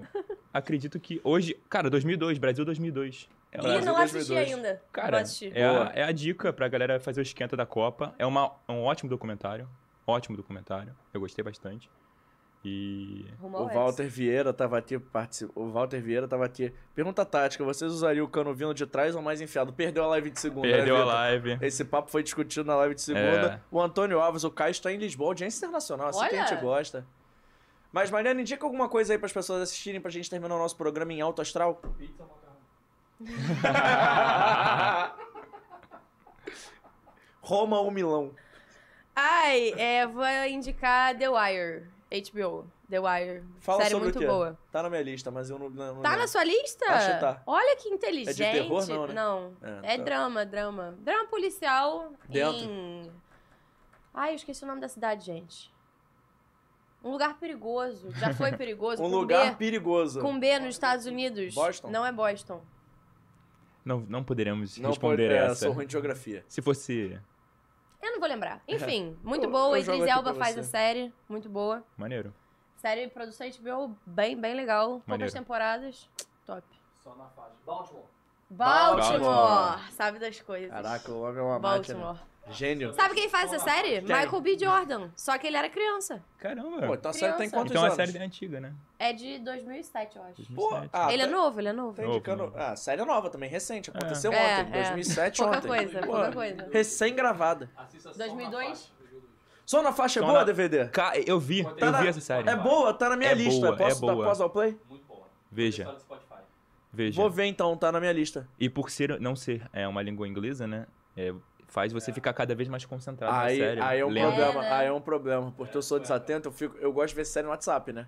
acredito que hoje. Cara, 2002, Brasil 2002. É o Ih, Brasil não Ah. assisti 2002. ainda. Cara, Vou assistir. é a, é a dica pra galera fazer o esquenta da Copa. É, uma, é um ótimo documentário. Ótimo documentário. Eu gostei bastante. E. Rumo O Walter Vieira tava aqui, particip... o Walter Vieira tava aqui. Pergunta tática, vocês usariam o cano vindo de trás ou mais enfiado? Perdeu a live de segunda, né, Perdeu a Vitor? live. Esse papo foi discutido na live de segunda. É. O Antônio Alves, o Caio, está em Lisboa, audiência internacional, assim que a Olha! gente gosta. Mas, Mariana, indica alguma coisa aí para as pessoas assistirem pra gente terminar o nosso programa em alto astral? Pizza, macarrão. Roma ou Milão? Ai, é, vou indicar The Wire, HBO. The Wire. Fala série sobre muito o quê? boa. Tá na minha lista, mas eu não... não Tá não- na sua lista? Acho que tá. Olha que inteligente. É de terror, não, né? Não. É, É, tá. drama, drama. Drama policial Dentro. em... Ai, eu esqueci o nome da cidade, gente. Um lugar perigoso. Já foi perigoso. Um com lugar B, perigoso. Com B nos Estados Unidos. Boston? Não é Boston. Não, não poderemos Não responder pode- é, essa. sou ruim de geografia. Se fosse. Eu não vou lembrar. Enfim, muito Eu- boa. eu jogo Idris aqui Elba pra faz você. a série. Muito boa. Maneiro. Série produção HBO bem, bem legal. Poucas Maneiro. temporadas. Top. Só na fase. Baltimore. Baltimore. Baltimore. Sabe das coisas. Caraca, o homem é uma Baltimore. máquina. Gênio. Sabe quem faz essa série? Quem? Michael B. Jordan. Só que ele era criança. Caramba. Pô, então a série tem Criança. quantos É. então anos? a série é antiga, né? É de 2007, eu acho. Pô, ah, ele é tá- novo, ele é novo. Tá indicando... Ah, série é nova também, recente. Aconteceu É, ontem, é. 2007 Pouca ontem. coisa, Pô, pouca coisa. Recém-gravada. é 2002? Só na faixa é Só boa, na- DVD? Ca- Eu vi, Tá eu na- vi essa série. É boa, tá na minha É lista. boa, Posso é boa. dar pause ao play? Veja, veja. Vou ver então, tá na minha lista. E por ser, não ser é, uma língua inglesa, né? é, faz você ficar cada vez mais concentrado Aí, na série. aí é um lendo. problema, né? aí é um problema, porque eu sou desatento, eu, fico, eu gosto de ver série no WhatsApp, né?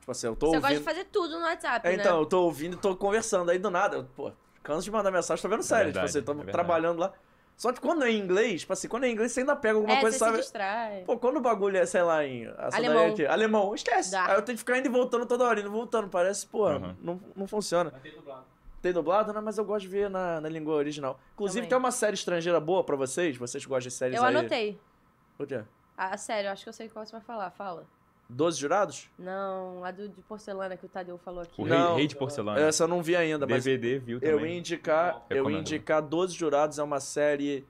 tipo assim, eu tô Você ouvindo... gosta de fazer tudo no WhatsApp, É, né? então, eu tô ouvindo e tô conversando. Aí do nada, eu, pô, canso de mandar mensagem, tô vendo série. verdade, tipo assim, é tô verdade. trabalhando lá. Só que quando é em inglês, tipo assim, quando é em inglês, você ainda pega alguma é, coisa, você se sabe? distrai. Pô, quando o bagulho é, sei lá, em. essa daí Alemão. aqui, alemão, esquece. Dá. Aí eu tenho que ficar indo e voltando toda hora, indo e voltando. Parece, pô, não, não funciona. Tem dublado. Tem dublado, né? Mas eu gosto de ver na, na língua original. Inclusive, Também. tem uma série estrangeira boa pra vocês? Vocês gostam de séries Eu aí? anotei. O quê? Ah, sério, acho que eu sei qual você vai falar. Fala. Doze jurados? Não, a do de porcelana que o Tadeu falou aqui. O rei, Rei de porcelana. Essa eu não vi ainda, mas. DVD viu Eu também. ia indicar, eu ia Recomendo. indicar 12 Jurados, é uma série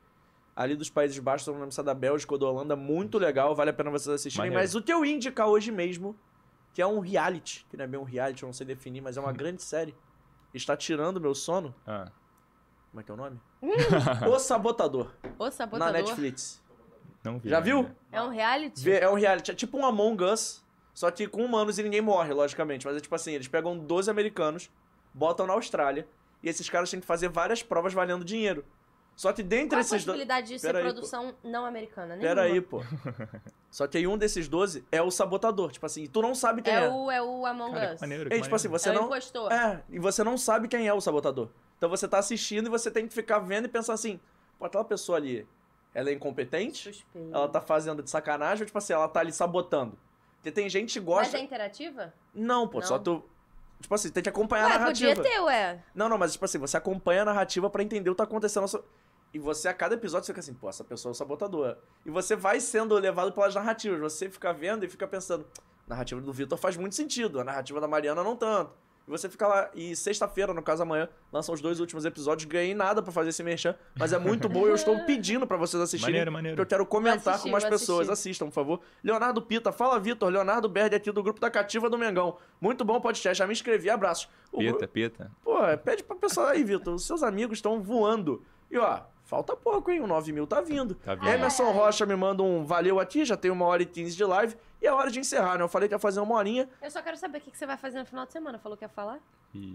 ali dos Países Baixos, eu não lembro se é da Bélgica ou da Holanda, muito legal, vale a pena vocês assistirem. Maneiro. Mas o que eu ia indicar hoje mesmo, que é um reality, que não é bem um reality, eu não sei definir, mas é uma grande série. Está tirando meu sono. Ah, Como é que é o nome? o Sabotador, O sabotador. na Netflix. Não vi. né? Já viu? É um reality? Vê- É um reality, é tipo um Among Us, só que com humanos e ninguém morre, logicamente. Mas é tipo assim, eles pegam 12 americanos, botam na Austrália, e esses caras têm que fazer várias provas valendo dinheiro. Só que dentre Qual a esses... do- possibilidade de ser Pera aí, pô. produção não americana? Nenhuma. Pera aí, pô. Só que aí um desses 12 é o sabotador. Tipo assim, tu não sabe quem é. É o, é o Among Us. É, tipo assim, você é o não... impostor. É, e você não sabe quem é o sabotador. Então você tá assistindo e você tem que ficar vendo e pensar assim, pô, aquela pessoa ali, ela é incompetente? Ela tá fazendo de sacanagem ou, tipo assim, ela tá ali sabotando? Porque tem gente que Mas gosta... é interativa? Não, pô, Não? só tu... Tipo assim, tem que acompanhar a Ué, narrativa. podia ter, ué. Não, não, mas tipo assim, você acompanha a narrativa pra entender o que tá acontecendo. na sua- E você, a cada episódio, você fica assim, pô, essa pessoa é um sabotador. E você vai sendo levado pelas narrativas. Você fica vendo e fica pensando, a narrativa do Vitor faz muito sentido, a narrativa da Mariana não tanto. E você fica lá, e sexta-feira, no caso amanhã, lançam os dois últimos episódios, ganhei nada pra fazer esse merchan, mas é muito bom e eu estou pedindo pra vocês assistirem. Maneiro, maneiro. porque eu quero comentar Vou assistir, com mais vou pessoas. assistir. Assistam, por favor. Leonardo Pita, fala Vitor, Leonardo Berg aqui do grupo da Cativa do Mengão. Muito bom podcast, já me inscrevi, abraços. O gru- Pita, pita. Pô, pede pra pessoa aí, Vitor. Os seus amigos estão voando. E ó, falta pouco, hein? O 9 mil tá vindo. Tá vindo. Emerson Rocha me manda um valeu aqui, já tem uma hora e 15 de live. E é hora de encerrar, né? Eu falei que ia fazer uma horinha, Eu só quero saber o que que você vai fazer no final de semana. Falou que ia falar?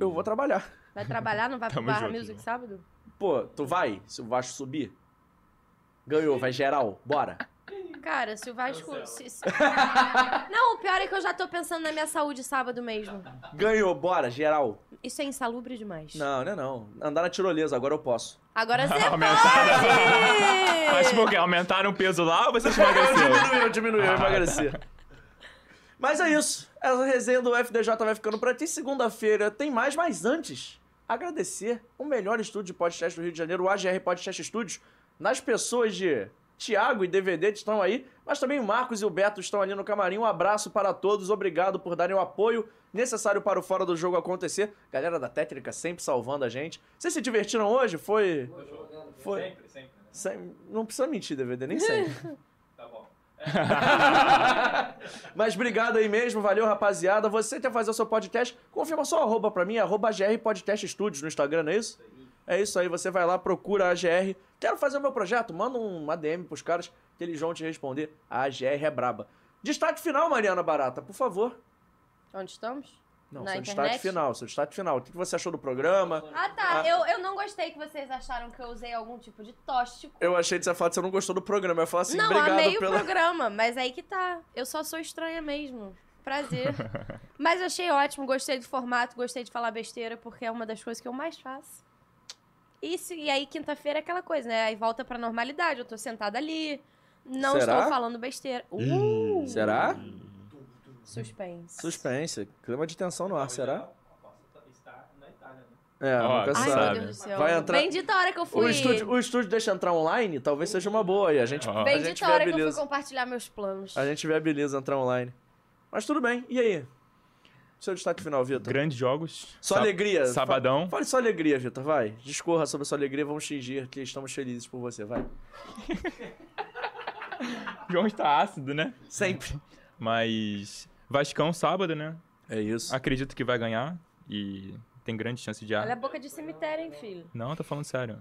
eu vou trabalhar. Vai trabalhar, não vai pro Tamo Barra junto, Music irmão. sábado? Pô, tu vai? Se o Vasco subir? Ganhou, vai geral. Bora. Cara, se o Vasco. se- se- Não, o pior é que eu já tô pensando na minha saúde sábado mesmo. Ganhou, bora, geral. Isso é insalubre demais. Não, não é não. Andar na tirolesa, agora eu posso. Agora você Aumentaram. pode! é. Mas por quê? Aumentaram o peso lá ou vocês emagreceram? Diminuiu, diminuiu, eu Ah, tá. emagreci. Mas é isso. Essa resenha do FDJ vai ficando por aqui. Segunda-feira tem mais, mas antes, agradecer o melhor estúdio de podcast do Rio de Janeiro, o AGR Podcast Studios, nas pessoas de Tiago e DVD que estão aí, mas também o Marcos e o Beto estão ali no camarim. Um abraço para todos, obrigado por darem o apoio necessário para o Fora do Jogo acontecer. Galera da técnica sempre salvando a gente. Vocês se divertiram hoje? Foi... Foi. Sempre, sempre. Sem- Não precisa mentir, DVD, nem sempre. Tá bom. Mas obrigado aí mesmo, valeu rapaziada. Você quer fazer o seu podcast? Confirma só o arroba pra mim, arroba GR Podcast Studios no Instagram, não é isso? É isso aí, você vai lá, procura a GR. Quero fazer o meu projeto, manda um ADM pros caras que eles vão te responder. A GR é braba. Destaque final, Mariana Barata, por favor. Onde estamos? Não, Na seu internet? destaque final, seu destaque final. O que que você achou do programa? Ah tá, Ah. Eu, eu não gostei que vocês acharam que eu usei algum tipo de tóxico. Eu achei que você ia falar que você não gostou do programa. Eu ia falar assim, não, obrigado amei pela... o programa, mas aí que tá. Eu só sou estranha mesmo. Prazer. mas achei ótimo, gostei do formato, gostei de falar besteira, porque é uma das coisas que eu mais faço. Isso, e aí quinta-feira é aquela coisa, né? Aí volta pra normalidade. Eu tô sentada ali, não Será? estou falando besteira. Uh, Será? Suspense. Suspense, clima de tensão no ar, será? tá- Está na Itália, né? É, Ó, nunca Ai, sabe. meu Deus do céu. Vai entrar... Bendita a hora que eu fui. O estúdio, o estúdio deixa entrar online, talvez seja uma boa aí. A gente, a gente vê Bendita a a hora que eu fui beleza. compartilhar meus planos. A gente vê a beleza entrar online. Mas tudo bem, e aí? Seu destaque final, Vitor. Grandes jogos. Sua Sa- alegria. Fa- Sabadão. Fale sua alegria, Vitor, vai. Discorra sobre sua alegria, vamos fingir que estamos felizes por você, vai. João está ácido, né? Sempre. Mas. Vascão, sábado, né? É isso. Acredito que vai ganhar. E tem grande chance de. Olha a boca de cemitério, hein, filho? Não, tô falando sério.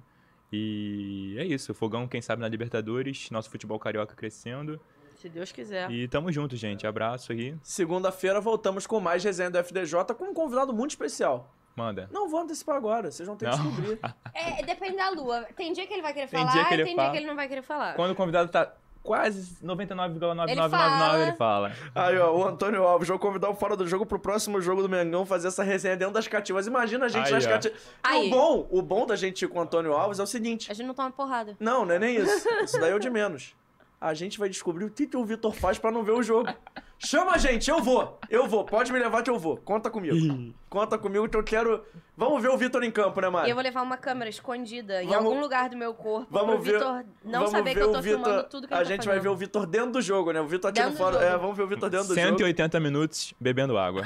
E é isso. Fogão, quem sabe, na Libertadores. Nosso futebol carioca crescendo. Se Deus quiser. E tamo junto, gente. Abraço aí. Segunda-feira voltamos com mais resenha do FDJ com um convidado muito especial. Manda. Não vou antecipar agora, vocês vão ter que Não. descobrir. É, depende da lua. Tem dia que ele vai querer Tem falar, dia que ele e tem fala. dia que ele não vai querer falar. Quando o convidado tá quase 99,9999, ele fala. Aí, ó, o Antônio Alves, vou convidar o Fora do Jogo pro próximo jogo do Mengão fazer essa resenha dentro das cativas. Imagina a gente Aí, nas ó. cativas. E Aí. O bom, o bom da gente ir com o Antônio Alves é o seguinte. A gente não toma porrada. Não, não é nem isso. Isso daí é o de menos. A gente vai descobrir o que, que o Vitor faz pra não ver o jogo. Chama a gente, eu vou. Eu vou, pode me levar que eu vou. Conta comigo. Conta comigo que eu quero... Vamos ver o Vitor em campo, né, E Mari? eu vou levar uma câmera escondida em Vamos- algum lugar do meu corpo Vamos pro ver, Vitor não vamos saber ver que eu o tô Vitor, filmando tudo que A ele tá gente vai ver fazendo. o Vitor dentro do jogo, né? O Vitor aqui Dentro no do fora. jogo. É, vamos ver o Vitor dentro do jogo. 180 minutos bebendo água.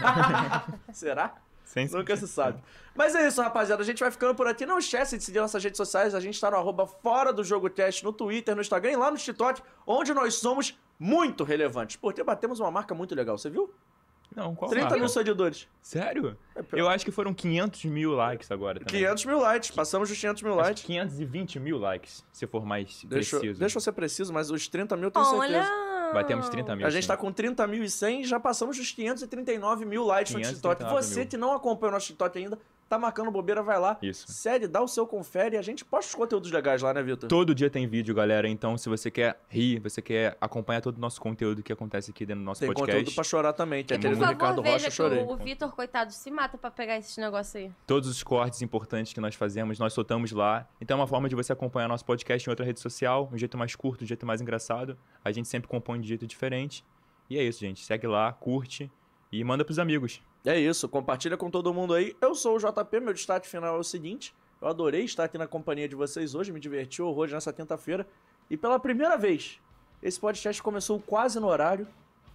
Será? Sem Nunca se sabe. Mas é isso, rapaziada. A gente vai ficando por aqui. Não esquece de seguir nossas redes sociais. A gente tá no arroba fora do jogo teste, no Twitter, no Instagram e lá no TikTok, onde nós somos muito relevantes. Porque batemos uma marca muito legal, você viu? Não, qual 30 mil marca? seguidores. Sério? É, Eu acho que foram 500 mil likes agora também. 500 mil likes, passamos dos 500 mil likes. 520 mil likes, se for mais Deixa, eu- preciso. deixa eu ser preciso, mas os 30 mil eu tenho Olha! certeza. Batemos 30 mil, A gente sim. tá com 30.100 e já passamos dos 539 mil likes no 539 TikTok. Você mil. que não acompanha o nosso TikTok ainda, Tá marcando bobeira, vai lá. Isso. Cede, dá o seu confere e a gente posta os conteúdos legais lá, né, Vitor? Todo dia tem vídeo, galera. Então, se você quer rir, você quer acompanhar todo o nosso conteúdo que acontece aqui dentro do nosso Tem podcast. conteúdo pra chorar também, que é Tem aquele muito. do Ricardo veja Rocha, eu que chorei. o, o Vitor, coitado, se mata pra pegar esses negócios aí. Todos os cortes importantes que nós fazemos, nós soltamos lá. Então é uma forma de você acompanhar nosso podcast em outra rede social, um jeito mais curto, um jeito mais engraçado. A gente sempre compõe de jeito diferente. E é isso, gente. Segue lá, curte e manda pros amigos. É isso, compartilha com todo mundo aí. Eu sou o JP, meu destaque final é o seguinte: eu adorei estar aqui na companhia de vocês hoje, me diverti horrores nessa quinta-feira. E pela primeira vez, esse podcast começou quase no horário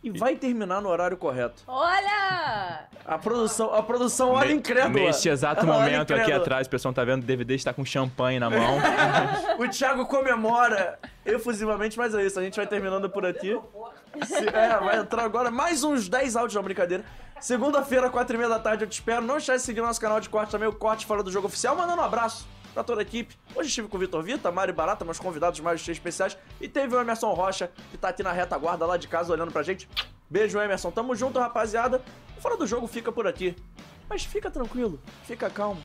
e vai terminar no horário correto. Olha! A produção, a produção olha incrédula. Neste exato Ela olha momento aqui incrédula. atrás, o pessoal tá vendo, o DVD está com champanhe na mão. O Thiago comemora efusivamente, mas é isso. A gente vai terminando por aqui. Se- é, vai entrar agora mais uns 10 áudios, não, brincadeira. Segunda-feira, 4h30 da tarde, eu te espero. Não esquece de seguir nosso canal de corte também, o Corte Fora do Jogo Oficial. Mandando um abraço pra toda a equipe. Hoje estive com o Vitor Vita, Mário Barata, meus convidados mais três especiais. E teve o Emerson Rocha, que tá aqui na retaguarda lá de casa olhando pra gente. Beijo, Emerson. Tamo junto, rapaziada. O Fora do Jogo fica por aqui. Mas fica tranquilo, fica calmo.